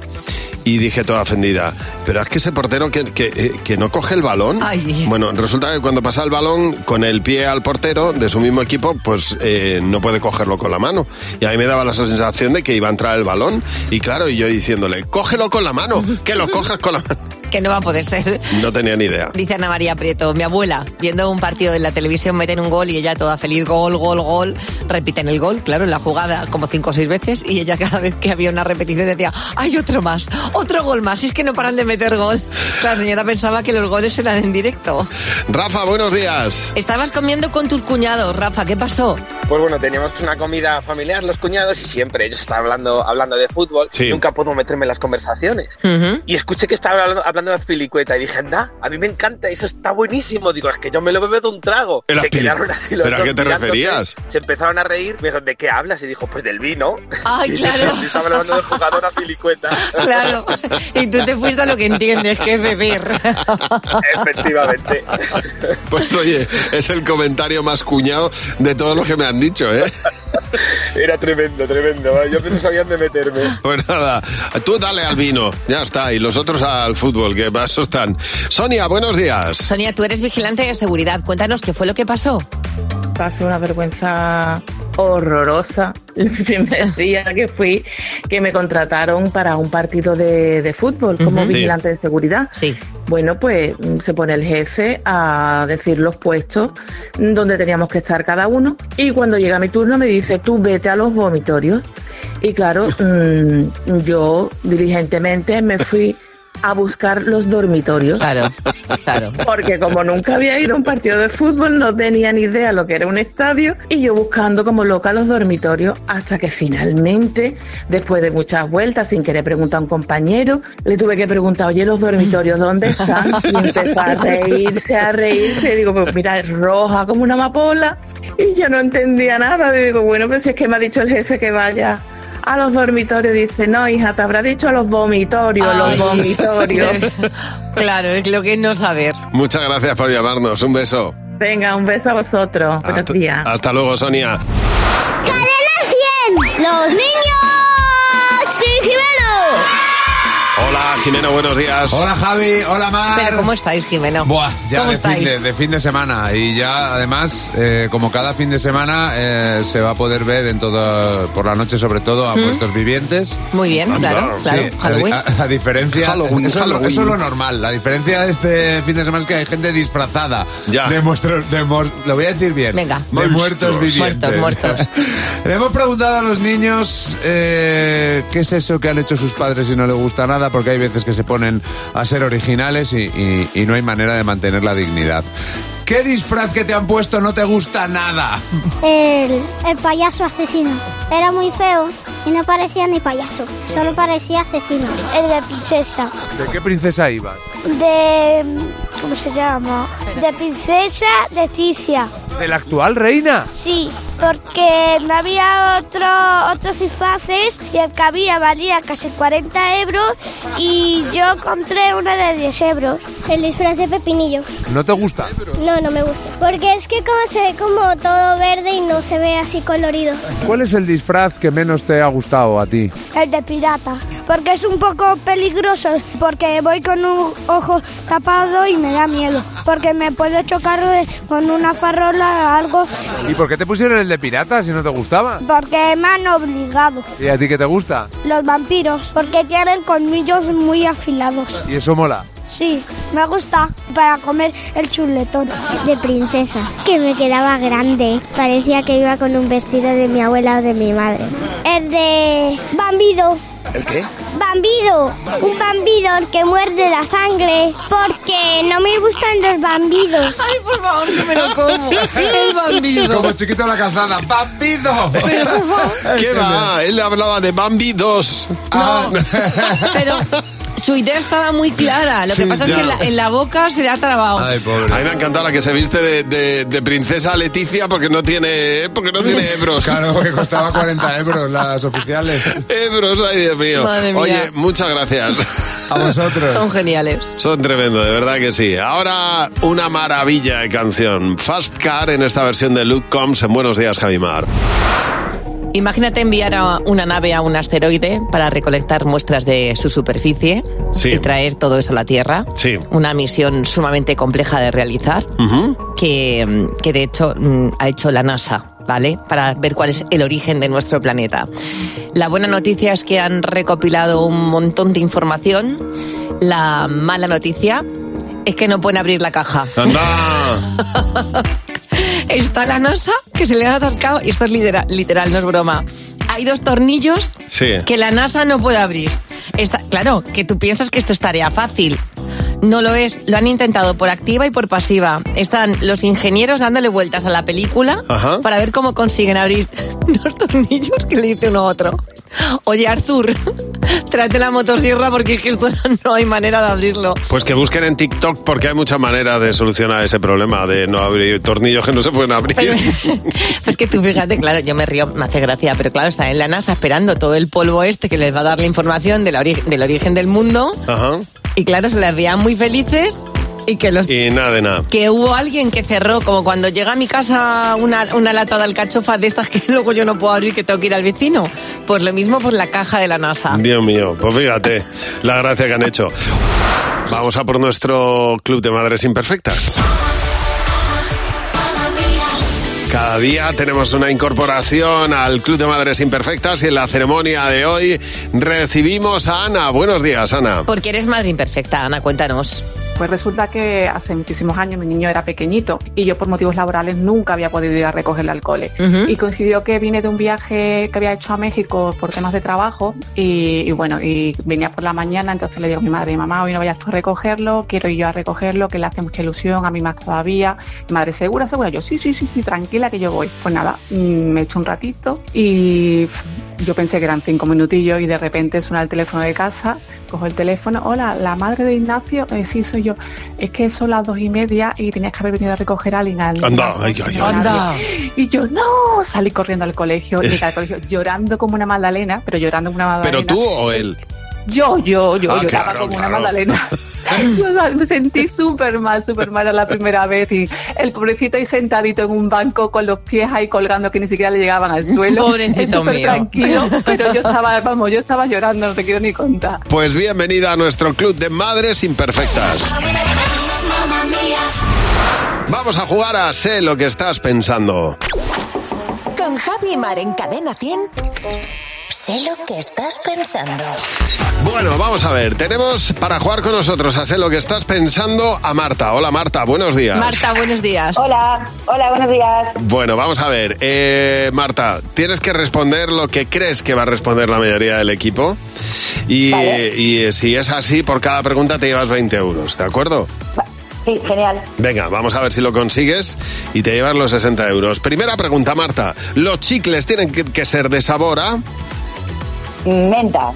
Speaker 2: Y dije toda ofendida, pero es que ese portero que, que- que no coge el balón,
Speaker 3: Ay.
Speaker 2: bueno, resulta que cuando pasa el balón con el pie al portero de su mismo equipo, pues eh, no puede cogerlo con la mano. Y a mí me daba la sensación de que iba a entrar el balón. Y claro, y yo diciéndole, cógelo con la mano, que lo cojas con la mano. <laughs>
Speaker 3: Que no va a poder ser.
Speaker 2: No tenía ni idea.
Speaker 3: Dice Ana María Prieto, mi abuela, viendo un partido en la televisión, meten un gol y ella toda feliz, gol, gol, gol. Repiten el gol, claro, en la jugada como cinco o seis veces y ella cada vez que había una repetición decía, hay otro más, otro gol más, y es que no paran de meter gol. La señora pensaba que los goles eran en directo.
Speaker 2: Rafa, buenos días.
Speaker 3: Estabas comiendo con tus cuñados, Rafa, ¿qué pasó?
Speaker 26: Pues bueno, teníamos una comida familiar, los cuñados, y siempre ellos estaban hablando, hablando de fútbol. Nunca puedo meterme en las conversaciones. Y escuché que estaba hablando, hablando de Azpilicueta y dije, anda, a mí me encanta, eso está buenísimo. Digo, es que yo me lo bebo de un trago.
Speaker 2: El
Speaker 26: se
Speaker 2: Azpilic-
Speaker 26: quedaron así los
Speaker 2: ¿Pero a
Speaker 26: dos
Speaker 2: qué te
Speaker 26: mirándose,
Speaker 2: referías?
Speaker 26: Se empezaron a reír, me dijeron, ¿de qué hablas? Y dijo, pues del vino.
Speaker 3: Ah,
Speaker 26: <laughs> Y
Speaker 3: claro.
Speaker 26: Estaba hablando del jugador Azpilicueta.
Speaker 3: Claro, y tú te fuiste a lo que entiendes, que es <laughs> beber.
Speaker 26: Efectivamente.
Speaker 2: <laughs> Pues oye, es el comentario más cuñado de todo lo que me han dicho, ¿eh?
Speaker 26: <laughs> Era tremendo, tremendo. Yo que no sabía dónde meterme.
Speaker 2: <laughs> Pues nada, tú dale al vino, ya está, y los otros al fútbol, que más están. Sonia, buenos días.
Speaker 3: Sonia, tú eres vigilante de seguridad, cuéntanos qué fue lo que pasó.
Speaker 10: Hace una vergüenza
Speaker 6: horrorosa <laughs> el primer
Speaker 3: <laughs>
Speaker 6: día que fui, que me contrataron para un partido de, de fútbol como
Speaker 3: Ujú. Sí.
Speaker 6: vigilante de seguridad. Bueno, pues mm, se pone el jefe a decir los puestos donde teníamos que estar cada uno y cuando llega mi turno me dice, tú vete a los vomitorios. Y
Speaker 3: <laughs>
Speaker 6: claro, mm, yo diligentemente me fui a buscar los dormitorios.
Speaker 3: Claro, claro.
Speaker 6: Porque como nunca había ido a un partido de fútbol, no tenía ni idea lo que era un estadio. Y yo buscando como loca los dormitorios hasta que finalmente, después de muchas vueltas, sin querer preguntar a un compañero, le tuve que preguntar, oye, los dormitorios, ¿dónde están? Y empezó a reírse, a reírse. Y digo, pues mira, es roja como una amapola. Y yo no entendía nada. Y digo, bueno, pues si es que me ha dicho el jefe que vaya. A los dormitorios dice, no, hija, te habrá dicho a los vomitorios, los
Speaker 3: Ay.
Speaker 6: vomitorios.
Speaker 3: claro, es lo que es no saber.
Speaker 2: Muchas gracias por llamarnos. Un beso.
Speaker 6: Venga, un beso a vosotros. Buenos días.
Speaker 2: Hasta luego, Sonia.
Speaker 11: ¡Cadena 100! ¡Los niños! ¡Sí,
Speaker 2: Hola, Jimena, buenos días.
Speaker 1: Hola, Javi. Hola, Mar.
Speaker 3: Pero ¿cómo estáis, Jimena?
Speaker 1: Buah, ya
Speaker 3: ¿Cómo
Speaker 1: de fin
Speaker 3: estáis?
Speaker 1: de, de fin de semana. Y ya, además, eh, como cada fin de semana, eh, se va a poder ver en todo, por la noche sobre todo, a
Speaker 3: ¿Mm?
Speaker 1: muertos vivientes.
Speaker 3: Muy bien, claro,
Speaker 1: Sí,
Speaker 3: claro.
Speaker 1: a-
Speaker 3: Halloween.
Speaker 1: A, a diferencia,
Speaker 2: Halloween,
Speaker 1: eso, es lo-
Speaker 2: Halloween.
Speaker 1: eso es lo normal. La diferencia de este fin de semana es que hay gente disfrazada. De muestros, de mor- lo voy a decir bien.
Speaker 3: Venga.
Speaker 1: De
Speaker 3: Monstruos.
Speaker 1: muertos vivientes.
Speaker 3: Muertos,
Speaker 1: <laughs> Le hemos preguntado a los niños eh, qué es eso que han hecho sus padres y no les gusta nada, porque hay veces que se ponen a ser originales y, y- y no hay manera de mantener la dignidad. ¿Qué disfraz que te han puesto no te gusta nada?
Speaker 11: El, el payaso asesino. Era muy feo y no parecía ni payaso, solo parecía asesino. El de princesa.
Speaker 1: ¿De qué princesa ibas?
Speaker 11: De. ¿Cómo se llama? De princesa de Ticia.
Speaker 1: ¿De la actual reina?
Speaker 11: Sí, porque no había otro, otros disfraces y el que había valía casi 40 euros y yo encontré uno de 10 euros. El disfraz de Pepinillo.
Speaker 1: ¿No te gusta?
Speaker 11: No, no me gusta. Porque es que como se ve como todo verde y no se ve así colorido.
Speaker 1: ¿Cuál es el disfraz que menos te ha gustado a ti?
Speaker 11: El de pirata. Porque es un poco peligroso. Porque voy con un ojo tapado y me da miedo. Porque me puedo chocar eh, con una farola o algo.
Speaker 1: ¿Y por qué te pusieron el de pirata si no te gustaba?
Speaker 11: Porque me han obligado.
Speaker 1: ¿Y a ti qué te gusta?
Speaker 11: Los vampiros. Porque tienen colmillos muy afilados.
Speaker 1: ¿Y eso mola?
Speaker 11: Sí, me gusta para comer el chuletón. De princesa, que me quedaba grande. Parecía que iba con un vestido de mi abuela o de mi madre. El de bambido.
Speaker 12: ¿El qué?
Speaker 11: Bambido, un bambido que muerde la sangre, porque no me gustan los bambidos. Ay, por favor, no me lo como. El
Speaker 1: Como chiquito la calzada. ¡Bambido!
Speaker 2: <laughs> ¿Qué va? Él hablaba de Ah. Bambi 2.
Speaker 1: <laughs>
Speaker 3: Pero su idea estaba muy clara. Lo que
Speaker 2: Sí,
Speaker 3: pasa es
Speaker 2: ya.
Speaker 3: que en la, en la boca se le ha trabado.
Speaker 2: A mí me ha encantado la que se viste de, de- de princesa Leticia porque no tiene eh, porque no
Speaker 1: <laughs>
Speaker 2: tiene hebros.
Speaker 1: Claro, que costaba 40 euros las oficiales.
Speaker 2: Hebros, ay Dios mío.
Speaker 3: Madre mía.
Speaker 2: Oye, muchas gracias. <laughs>
Speaker 1: A
Speaker 3: Son geniales.
Speaker 2: Son tremendo, de verdad que sí. Ahora una maravilla de canción. Fast Car en esta versión de Luke Combs en Buenos Días, Javimar.
Speaker 3: Imagínate enviar a una nave a un asteroide para recolectar muestras de su superficie y traer todo eso a la Tierra.
Speaker 2: Sí.
Speaker 3: Una misión sumamente compleja de realizar que, mm, que de hecho mm, ha hecho la NASA. ¿Vale? Para ver cuál es el origen de nuestro planeta. La buena noticia es que han recopilado un montón de información. La mala noticia es que no pueden abrir la caja.
Speaker 2: ¡Anda!
Speaker 3: Está la NASA que se le ha atascado, y esto es lidera- literal, no es broma. Hay dos tornillos
Speaker 2: Sí.
Speaker 3: que la NASA no puede abrir. Está, claro, que tú piensas que esto es tarea fácil. No lo es, lo han intentado por activa y por pasiva. Están los ingenieros dándole vueltas a la película
Speaker 2: Ajá.
Speaker 3: para ver cómo consiguen abrir <laughs> dos tornillos que le dice uno a otro. Oye, Arthur, <laughs> tráete la motosierra porque es que esto <laughs> no hay manera de abrirlo.
Speaker 2: Pues que busquen en TikTok porque hay mucha manera de solucionar ese problema de no abrir tornillos que no se pueden abrir.
Speaker 3: Pues que tú fíjate, claro, yo me río, me hace gracia, pero claro, está en la NASA esperando todo el polvo este que les va a dar la información de la ori- del origen del mundo.
Speaker 2: Ajá.
Speaker 3: Y claro, se las veían muy felices y que los...
Speaker 2: Y nada de nada.
Speaker 3: Que hubo alguien que cerró, como cuando llega a mi casa una, una lata de alcachofa de estas que <laughs> luego yo no puedo abrir, que tengo que ir al vecino. Pues lo mismo por la caja de la NASA.
Speaker 2: Dios mío, pues fíjate la gracia que han hecho. Vamos a por nuestro club de madres imperfectas. Cada día tenemos una incorporación al Club de Madres Imperfectas y en la ceremonia de hoy recibimos a Ana. Buenos días, Ana.
Speaker 3: Porque eres madre imperfecta, Ana, cuéntanos.
Speaker 10: Pues resulta que hace muchísimos años mi niño era pequeñito y yo por motivos laborales nunca había podido ir a recogerle al cole.
Speaker 3: Ujú.
Speaker 10: Y coincidió que vine de un viaje que había hecho a México por temas de trabajo y, y bueno, y venía por la mañana, entonces le digo a mi madre, mamá, hoy no vayas tú a recogerlo, quiero ir yo a recogerlo, que le hace mucha ilusión, a mí más todavía. Mi madre, ¿segura, segura? Yo, sí, sí, sí, sí, tranquila que yo voy. Pues nada, mm, me echo un ratito y pff, yo pensé que eran cinco minutillos y de repente suena el teléfono de casa, cojo el teléfono, hola, la madre de Ignacio, eh, sí, soy yo. Es que son las dos y media y tenías que haber venido a recoger a alguien al...
Speaker 2: Anda, ay, ay, ay. Anda.
Speaker 10: Y yo, no, salí corriendo al colegio,
Speaker 2: Es-
Speaker 10: llegué al colegio llorando como una magdalena, pero llorando como una magdalena.
Speaker 2: ¿Pero tú o él?
Speaker 10: Yo, yo, yo
Speaker 2: Ah,
Speaker 10: lloraba
Speaker 2: claro,
Speaker 10: como una
Speaker 2: claro. <laughs>
Speaker 10: magdalena. Yo la- me sentí súper mal, súper mal a la primera vez y el pobrecito ahí sentadito en un banco con los pies ahí colgando que ni siquiera le llegaban al suelo.
Speaker 3: Pobrecito
Speaker 10: Es súper
Speaker 3: mío.
Speaker 10: tranquilo, pero yo estaba, vamos, yo estaba llorando, no te quiero ni contar.
Speaker 2: Pues bienvenida a nuestro Club de Madres Imperfectas. Vamos a jugar a Sé lo que estás pensando.
Speaker 21: Con Javi y Mar en Cadena 100. Sé lo que estás pensando.
Speaker 2: Bueno, vamos a ver. Tenemos para jugar con nosotros a Sé lo que estás pensando a Marta. Hola Marta, buenos días.
Speaker 3: Marta, buenos días.
Speaker 25: Hola, hola, buenos días.
Speaker 2: Bueno, vamos a ver. Eh, Marta, tienes que responder lo que crees que va a responder la mayoría del equipo. Y, y, eh, si es así, por cada pregunta te llevas 20 euros, ¿de acuerdo?
Speaker 25: Sí, genial.
Speaker 2: Venga, vamos a ver si lo consigues y te llevas los 60 euros. Primera pregunta, Marta. ¿Los chicles tienen que, que ser de sabor a?
Speaker 25: Menta.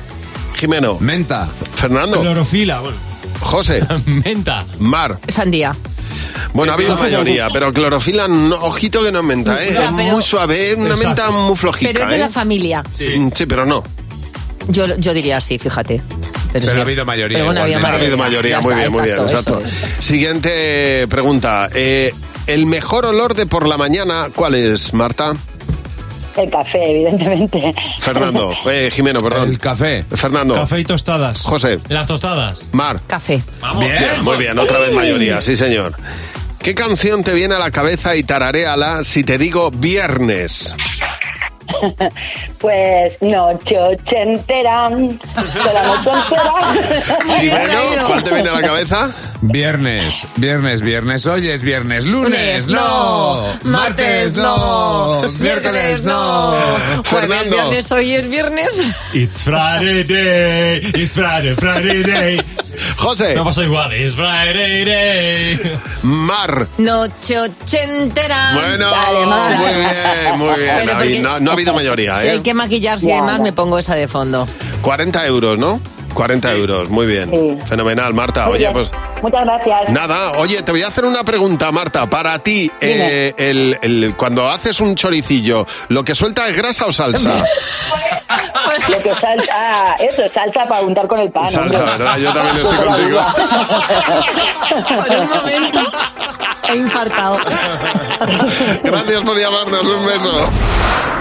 Speaker 2: Jimeno.
Speaker 1: Menta.
Speaker 2: Fernando. Clorofila. José.
Speaker 5: Menta.
Speaker 2: Mar.
Speaker 3: Sandía.
Speaker 2: Bueno, ha habido mayoría, pero clorofila, no- ojito que no es menta, ¿eh?
Speaker 3: Ya,
Speaker 2: es
Speaker 3: pero-
Speaker 2: muy suave, es una menta
Speaker 3: Exacto.
Speaker 2: muy flojita,
Speaker 3: Pero es de
Speaker 2: ¿eh?
Speaker 3: la familia.
Speaker 2: Sí. pero no.
Speaker 3: Yo, yo diría así, fíjate. Pero,
Speaker 1: ha habido mayoría.
Speaker 3: Pero bueno,
Speaker 1: igualmente.
Speaker 2: Ha habido mayoría,
Speaker 3: Ya
Speaker 2: muy
Speaker 3: está,
Speaker 2: bien, muy bien,
Speaker 3: exacto,
Speaker 2: exacto. Siguiente pregunta. eh, ¿El mejor olor de por la mañana cuál es, Marta?
Speaker 25: El café, evidentemente. <laughs>
Speaker 2: Fernando. Eh, Jimeno, perdón. El
Speaker 1: café.
Speaker 2: Fernando.
Speaker 5: Café y tostadas.
Speaker 2: José.
Speaker 5: Las tostadas.
Speaker 2: Mar.
Speaker 3: Café.
Speaker 2: Bien, muy bien, otra vez mayoría, sí señor. ¿Qué canción te viene a la cabeza y tararéala si te digo viernes?
Speaker 25: Pues noche ochentera, con la noche
Speaker 13: <laughs>
Speaker 25: entera.
Speaker 2: Jimeno, ¿cuál te viene a la cabeza?
Speaker 1: Viernes, viernes, viernes, hoy es viernes,
Speaker 2: Lunes,
Speaker 1: lunes, no,
Speaker 2: no.
Speaker 1: martes, no, miércoles, no.
Speaker 2: Ah,
Speaker 3: Fernando. Viernes, hoy es viernes. <laughs>
Speaker 5: It's Friday day, it's Friday, Friday day.
Speaker 2: José.
Speaker 5: No pasa igual, it's Friday day.
Speaker 2: Mar.
Speaker 3: Noche ochentera.
Speaker 2: Bueno, muy bien, muy bien.
Speaker 3: Pero
Speaker 2: Ha
Speaker 3: porque-
Speaker 2: habido- no, no ha habido mayoría,
Speaker 3: Si hay
Speaker 2: ¿eh?
Speaker 3: que maquillarse y demás, me pongo esa de fondo.
Speaker 2: 40 euros, ¿no? 40 euros, muy bien.
Speaker 25: Sí.
Speaker 2: Fenomenal, Marta.
Speaker 25: Muy
Speaker 2: Oye,
Speaker 25: bien.
Speaker 2: pues
Speaker 25: Muchas gracias.
Speaker 2: nada, oye, te voy a hacer una pregunta, Marta. Para ti,
Speaker 25: Dime.
Speaker 2: eh, el- el- cuando haces un choricillo, ¿lo que suelta es grasa o salsa?
Speaker 25: Lo que salsa, ah, eso, salsa para untar con el pan.
Speaker 2: <laughs> Salsa,
Speaker 25: hombre.
Speaker 2: ¿verdad? Yo también
Speaker 25: <laughs>
Speaker 2: estoy
Speaker 25: Toda la
Speaker 2: contigo.
Speaker 25: <laughs> vida.
Speaker 3: Por un momento he infartado.
Speaker 2: <laughs> Gracias por llamarnos, un beso.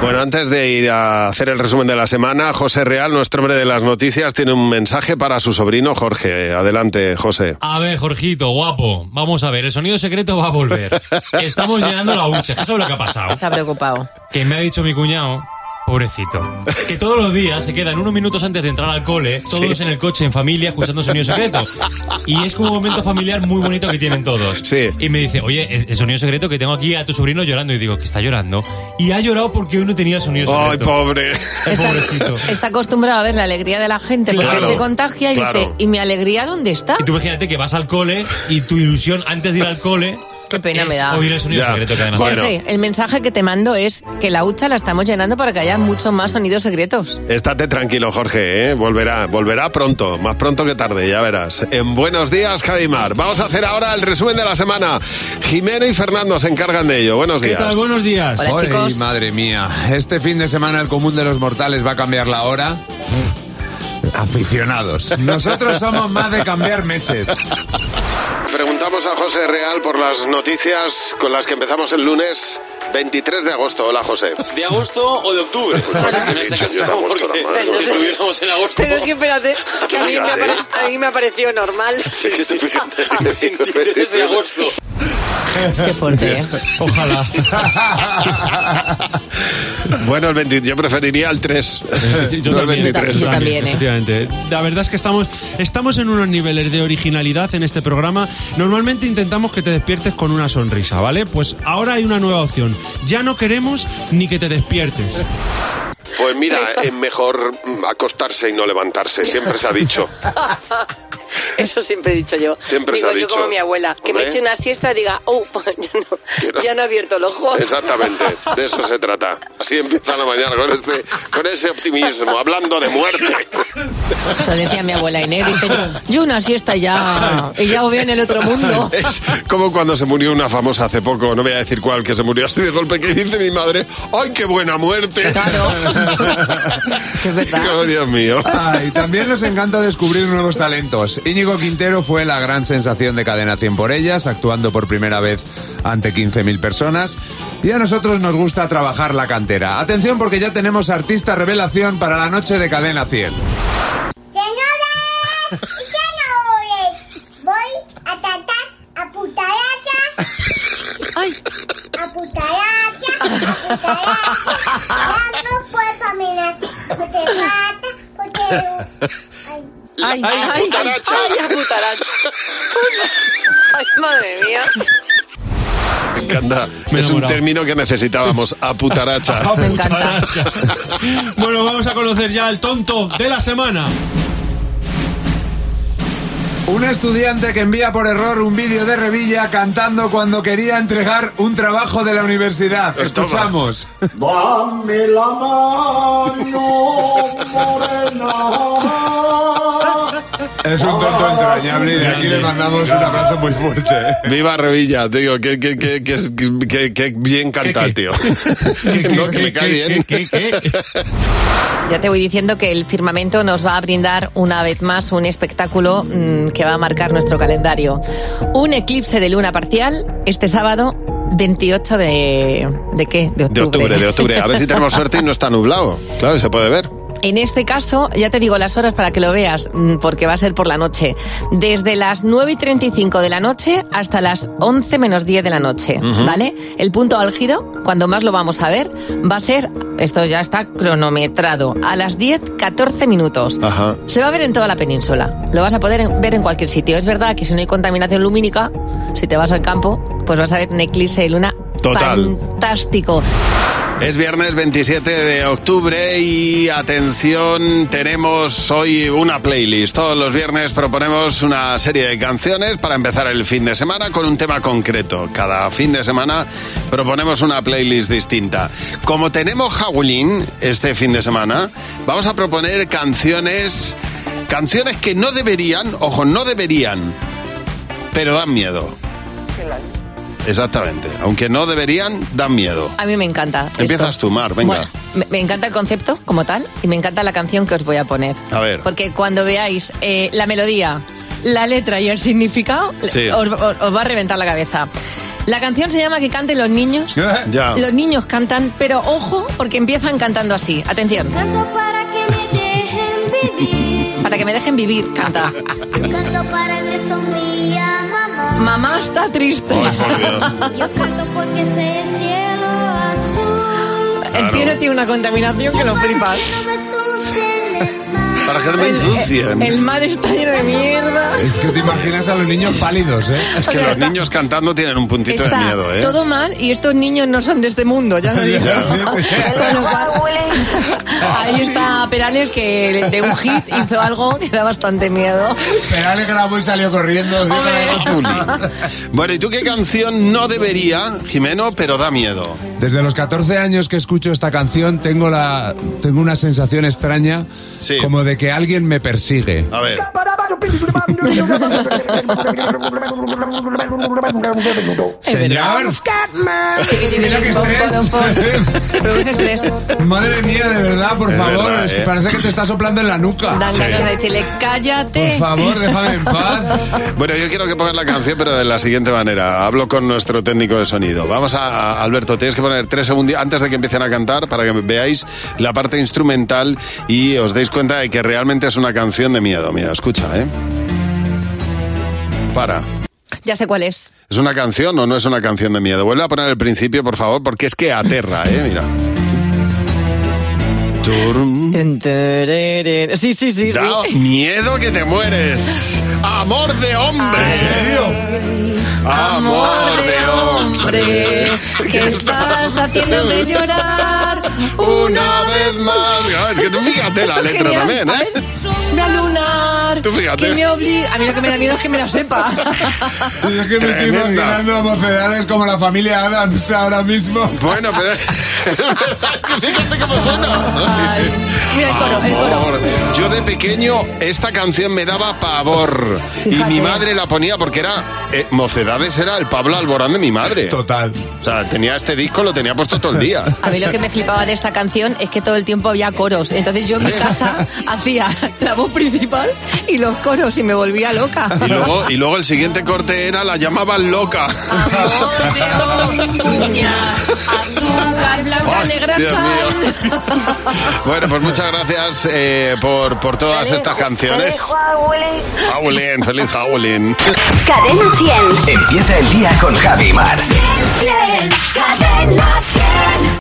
Speaker 2: Bueno, antes de ir a hacer el resumen de la semana, José Real, nuestro hombre de las noticias, tiene un mensaje para su sobrino Jorge. Adelante, José.
Speaker 5: A ver, Jorgito, guapo. Vamos a ver, el sonido secreto va a volver. Estamos llenando la hucha. ¿Qué sabes lo que ha pasado?
Speaker 3: Está preocupado.
Speaker 5: Que me ha dicho mi cuñado, pobrecito, que todos los días se quedan unos minutos antes de entrar al cole, todos en el coche, en familia, escuchando sonido secreto. Y es como un momento familiar muy bonito que tienen todos. Y me dice, oye, el- el sonido secreto que tengo aquí a tu sobrino llorando. Y digo, que está llorando. Y ha llorado porque hoy no tenía sonido
Speaker 2: Ay,
Speaker 5: secreto.
Speaker 2: pobre.
Speaker 5: pobrecito.
Speaker 3: Está acostumbrado a ver la alegría de la gente porque
Speaker 5: Claro,
Speaker 3: se contagia y
Speaker 5: claro.
Speaker 3: dice, ¿y mi alegría dónde está?
Speaker 5: Y tú imagínate que vas al cole y tu ilusión antes de ir al cole
Speaker 3: Qué pena
Speaker 5: es
Speaker 3: me da.
Speaker 5: oír el sonido
Speaker 2: Ya.
Speaker 5: secreto cadena.
Speaker 2: Bueno.
Speaker 3: Jorge, el mensaje que te mando es que la hucha la estamos llenando para que haya muchos más sonidos secretos.
Speaker 2: Estate tranquilo, Jorge, ¿eh? volverá, volverá pronto, más pronto que tarde, ya verás. En buenos días, Javimar. Vamos a hacer ahora el resumen de la semana. Jimeno y Fernando se encargan de ello. Buenos días.
Speaker 1: días. Ay, madre mía. Este fin de semana el común de los mortales va a cambiar la hora. Aficionados. Nosotros somos más de cambiar meses.
Speaker 2: Preguntamos a José Real por las noticias con las que empezamos el lunes 23 de agosto. Hola, José.
Speaker 12: ¿De agosto o de
Speaker 2: <laughs>
Speaker 12: octubre? en este caso, porque <laughs> si estuviéramos en agosto...
Speaker 13: Pero es que espérate, que a mí, me ha, <laughs> pare- a mí me ha parecido normal.
Speaker 2: Sí, sí, 23
Speaker 12: de agosto.
Speaker 3: Qué fuerte, ¿eh?
Speaker 5: <laughs> Ojalá.
Speaker 2: Bueno, el 23, yo preferiría el
Speaker 5: <laughs>
Speaker 2: 3.
Speaker 5: Yo
Speaker 2: No el
Speaker 5: también,
Speaker 2: 23.
Speaker 5: yo también, ¿eh? efectivamente. La verdad es que estamos, estamos en unos niveles de originalidad en este programa. Normalmente intentamos que te despiertes con una sonrisa, ¿vale? Pues ahora hay una nueva opción. Ya no queremos ni que te despiertes.
Speaker 2: Pues mira, es mejor acostarse y no levantarse, siempre se ha dicho.
Speaker 14: <laughs> Eso siempre he dicho yo.
Speaker 2: Siempre se
Speaker 14: digo
Speaker 2: ha dicho.
Speaker 14: yo como mi abuela, que
Speaker 2: Hombre.
Speaker 14: me eche una siesta y diga, oh, <laughs> ya no, ya no he abierto el ojo.
Speaker 2: Exactamente, de eso se trata. Así empieza la mañana con este, con ese optimismo, hablando de muerte.
Speaker 3: Eso decía mi abuela Inés. Dice, yo una siesta ya. Y ya os veo en el
Speaker 2: <laughs>
Speaker 3: otro mundo.
Speaker 2: Es como cuando se murió una famosa hace poco, no voy a decir cuál, que se murió así de golpe, que dice mi madre, ¡ay, qué buena muerte! <laughs> Digo, Oh, Dios mío.
Speaker 1: Ay, Ah, también nos encanta descubrir nuevos talentos. Íñigo Quintero fue la gran sensación de Cadena 100 por ellas, actuando por primera vez ante 15.000 personas. Y a nosotros nos gusta trabajar la cantera. Atención porque ya tenemos artista revelación para la noche de Cadena 100.
Speaker 15: Señores y señores, voy a tratar a putaracha. Ay. A putaracha, a putaracha. Ya no puedo caminar. Porque mata, porque...
Speaker 14: Ay, ay,
Speaker 15: putaracha.
Speaker 14: ay, ay, putaracha. Ay, madre mía.
Speaker 2: Me encanta. es un término que necesitábamos,
Speaker 14: <laughs>
Speaker 5: <laughs>
Speaker 2: aputaracha.
Speaker 5: bueno, vamos a conocer ya al tonto de la semana.
Speaker 1: Un estudiante que envía por error un vídeo de Revilla cantando cuando quería entregar un trabajo de la universidad.
Speaker 2: Pues
Speaker 1: Escuchamos.
Speaker 13: Dame la mano, morena.
Speaker 1: Es un tonto entrañable y de aquí le mandamos un abrazo muy fuerte.
Speaker 2: Viva Revilla, te digo, que, que, que, que, que- que bien canta el tío. no, que me cae bien.
Speaker 3: Ya te voy diciendo que el firmamento nos va a brindar una vez más un espectáculo mm, que va a marcar nuestro calendario. Un eclipse de luna parcial este sábado 28 de... ¿De qué? De
Speaker 2: De
Speaker 3: octubre.
Speaker 2: octubre, de octubre. A ver si <laughs>
Speaker 3: <laughs>
Speaker 2: tenemos suerte y no está nublado. Claro, se puede ver.
Speaker 3: En este caso, ya te digo las horas para que lo veas, mm, porque va a ser por la noche. Desde las 9 y 35 de la noche hasta las 11 menos 10 de la noche,
Speaker 16: Ujú.
Speaker 3: ¿vale? El punto álgido, cuando más lo vamos a ver, va a ser, esto ya está cronometrado, a las 10, 14 minutos.
Speaker 2: Ajá.
Speaker 3: Se va a ver en toda la península. Lo vas a poder en- ver en cualquier sitio. Es verdad que si no hay contaminación lumínica, si te vas al campo, pues vas a ver un eclipse de luna
Speaker 2: Total.
Speaker 3: fantástico.
Speaker 2: Es viernes 27 de octubre y atención, tenemos hoy una playlist. Todos los viernes proponemos una serie de canciones para empezar el fin de semana con un tema concreto. Cada fin de semana proponemos una playlist distinta. Como tenemos Halloween este fin de semana, vamos a proponer canciones canciones que no deberían, ojo, no deberían, pero dan miedo. Exactamente, aunque no deberían, dan miedo.
Speaker 3: A mí me encanta. esto.
Speaker 2: Empiezas tú, Mar, venga.
Speaker 3: Bueno, me, me encanta el concepto como tal y me encanta la canción que os voy a poner.
Speaker 2: A ver.
Speaker 3: Porque cuando veáis eh, la melodía, la letra y el significado,
Speaker 2: Sí.
Speaker 3: os, os- os va a reventar la cabeza. La canción se llama Que canten los niños.
Speaker 2: <laughs> Ya.
Speaker 3: Los niños cantan, pero ojo, porque empiezan cantando así. Atención.
Speaker 15: para que me dejen vivir.
Speaker 3: <laughs> Para que me dejen vivir, canta.
Speaker 15: Canto para que sonría mamá.
Speaker 3: Mamá está triste.
Speaker 15: Yo canto porque sé el cielo azul.
Speaker 3: <laughs> El cielo tiene una contaminación que lo
Speaker 13: Ah.
Speaker 3: flipas.
Speaker 2: Para que no me
Speaker 3: El-
Speaker 2: ensucien.
Speaker 3: El mar está lleno de mierda.
Speaker 1: Es que te imaginas a los niños pálidos, ¿eh?
Speaker 2: Es que
Speaker 3: Oye,
Speaker 2: los
Speaker 3: está-
Speaker 2: niños cantando tienen un puntito de
Speaker 3: Está
Speaker 2: miedo, ¿eh?
Speaker 3: todo mal y estos niños no son de este
Speaker 2: <laughs>
Speaker 3: mundo, ya lo digo.
Speaker 1: <laughs>
Speaker 3: Con lo cual, ahí está Perales que de un hit hizo algo que da bastante miedo.
Speaker 1: Perales grabó y salió corriendo.
Speaker 2: Bueno, ¿y tú qué canción no debería, Jimeno, pero da miedo?
Speaker 1: Desde los 14 años que escucho esta canción tengo la tengo una sensación extraña como de que alguien me persigue.
Speaker 2: A ver.
Speaker 1: Señor,
Speaker 13: Mira que estrés.
Speaker 3: Produce estrés.
Speaker 1: madre mía, de verdad, por
Speaker 13: Es
Speaker 1: favor,
Speaker 13: verdad,
Speaker 1: es-
Speaker 13: ¿eh?
Speaker 1: parece que te está soplando en la nuca.
Speaker 3: Dan ganas de decirle, cállate.
Speaker 1: Por favor, déjame en paz.
Speaker 2: Bueno, yo quiero que pongas la canción, pero de la siguiente manera. Hablo con nuestro técnico de sonido. Vamos a, a- Alberto, tienes que poner tres segundos antes de que empiecen a cantar para que veáis la parte instrumental y os deis cuenta de que realmente es una canción de miedo. Mira, escucha, ¿eh? Para.
Speaker 3: <laughs> Ya sé cuál es.
Speaker 2: ¿Es una canción o no es una canción de miedo? Vuelve a poner el principio, por favor, porque es que aterra, ¿eh? Mira. Turm.
Speaker 3: Sí, sí, sí,
Speaker 2: Da
Speaker 3: sí.
Speaker 2: miedo que te mueres. Amor de hombre. ¿En serio? Amor, de hombre.
Speaker 13: que estás haciéndome llorar
Speaker 2: una vez más. Ah, Es que tú fíjate la
Speaker 3: Esto es
Speaker 2: letra
Speaker 3: genial.
Speaker 2: también,
Speaker 3: A
Speaker 2: ¿eh?
Speaker 3: ver, una lunar.
Speaker 2: Tú fíjate.
Speaker 3: Que me obliga. A mí lo que me da miedo es que me
Speaker 2: <laughs>
Speaker 3: la sepa.
Speaker 1: Yo es que me estoy
Speaker 2: Tremenda.
Speaker 1: imaginando a mocedades como la familia Adams ahora mismo.
Speaker 2: Bueno,
Speaker 1: <laughs>
Speaker 2: pero... <laughs> Fíjate cómo suena. Ah.
Speaker 3: Mira el coro, el coro.
Speaker 2: Amor. Yo de pequeño esta canción me daba pavor y
Speaker 3: Fíjate.
Speaker 2: mi madre la ponía porque era eh, mocedades era el Pablo Alborán de mi madre.
Speaker 1: Total.
Speaker 2: O sea, tenía este disco lo tenía puesto todo el
Speaker 3: <laughs>
Speaker 2: día.
Speaker 3: A mí lo que me flipaba de esta canción es que todo el tiempo había coros. Entonces yo en mi casa hacía la voz principal y los coros y me volvía loca.
Speaker 2: Y luego, y luego el siguiente corte era la llamaban loca.
Speaker 3: Ah. Azúcar, blanca,
Speaker 2: Ay,
Speaker 3: negra,
Speaker 2: Dios
Speaker 3: sal.
Speaker 2: <laughs> Bueno, pues muchas gracias eh, por, por todas estas canciones. Howlin, feliz Howlin.
Speaker 16: Cadena 100.
Speaker 17: Empieza el día con Javi Mar.
Speaker 16: Cadena 100.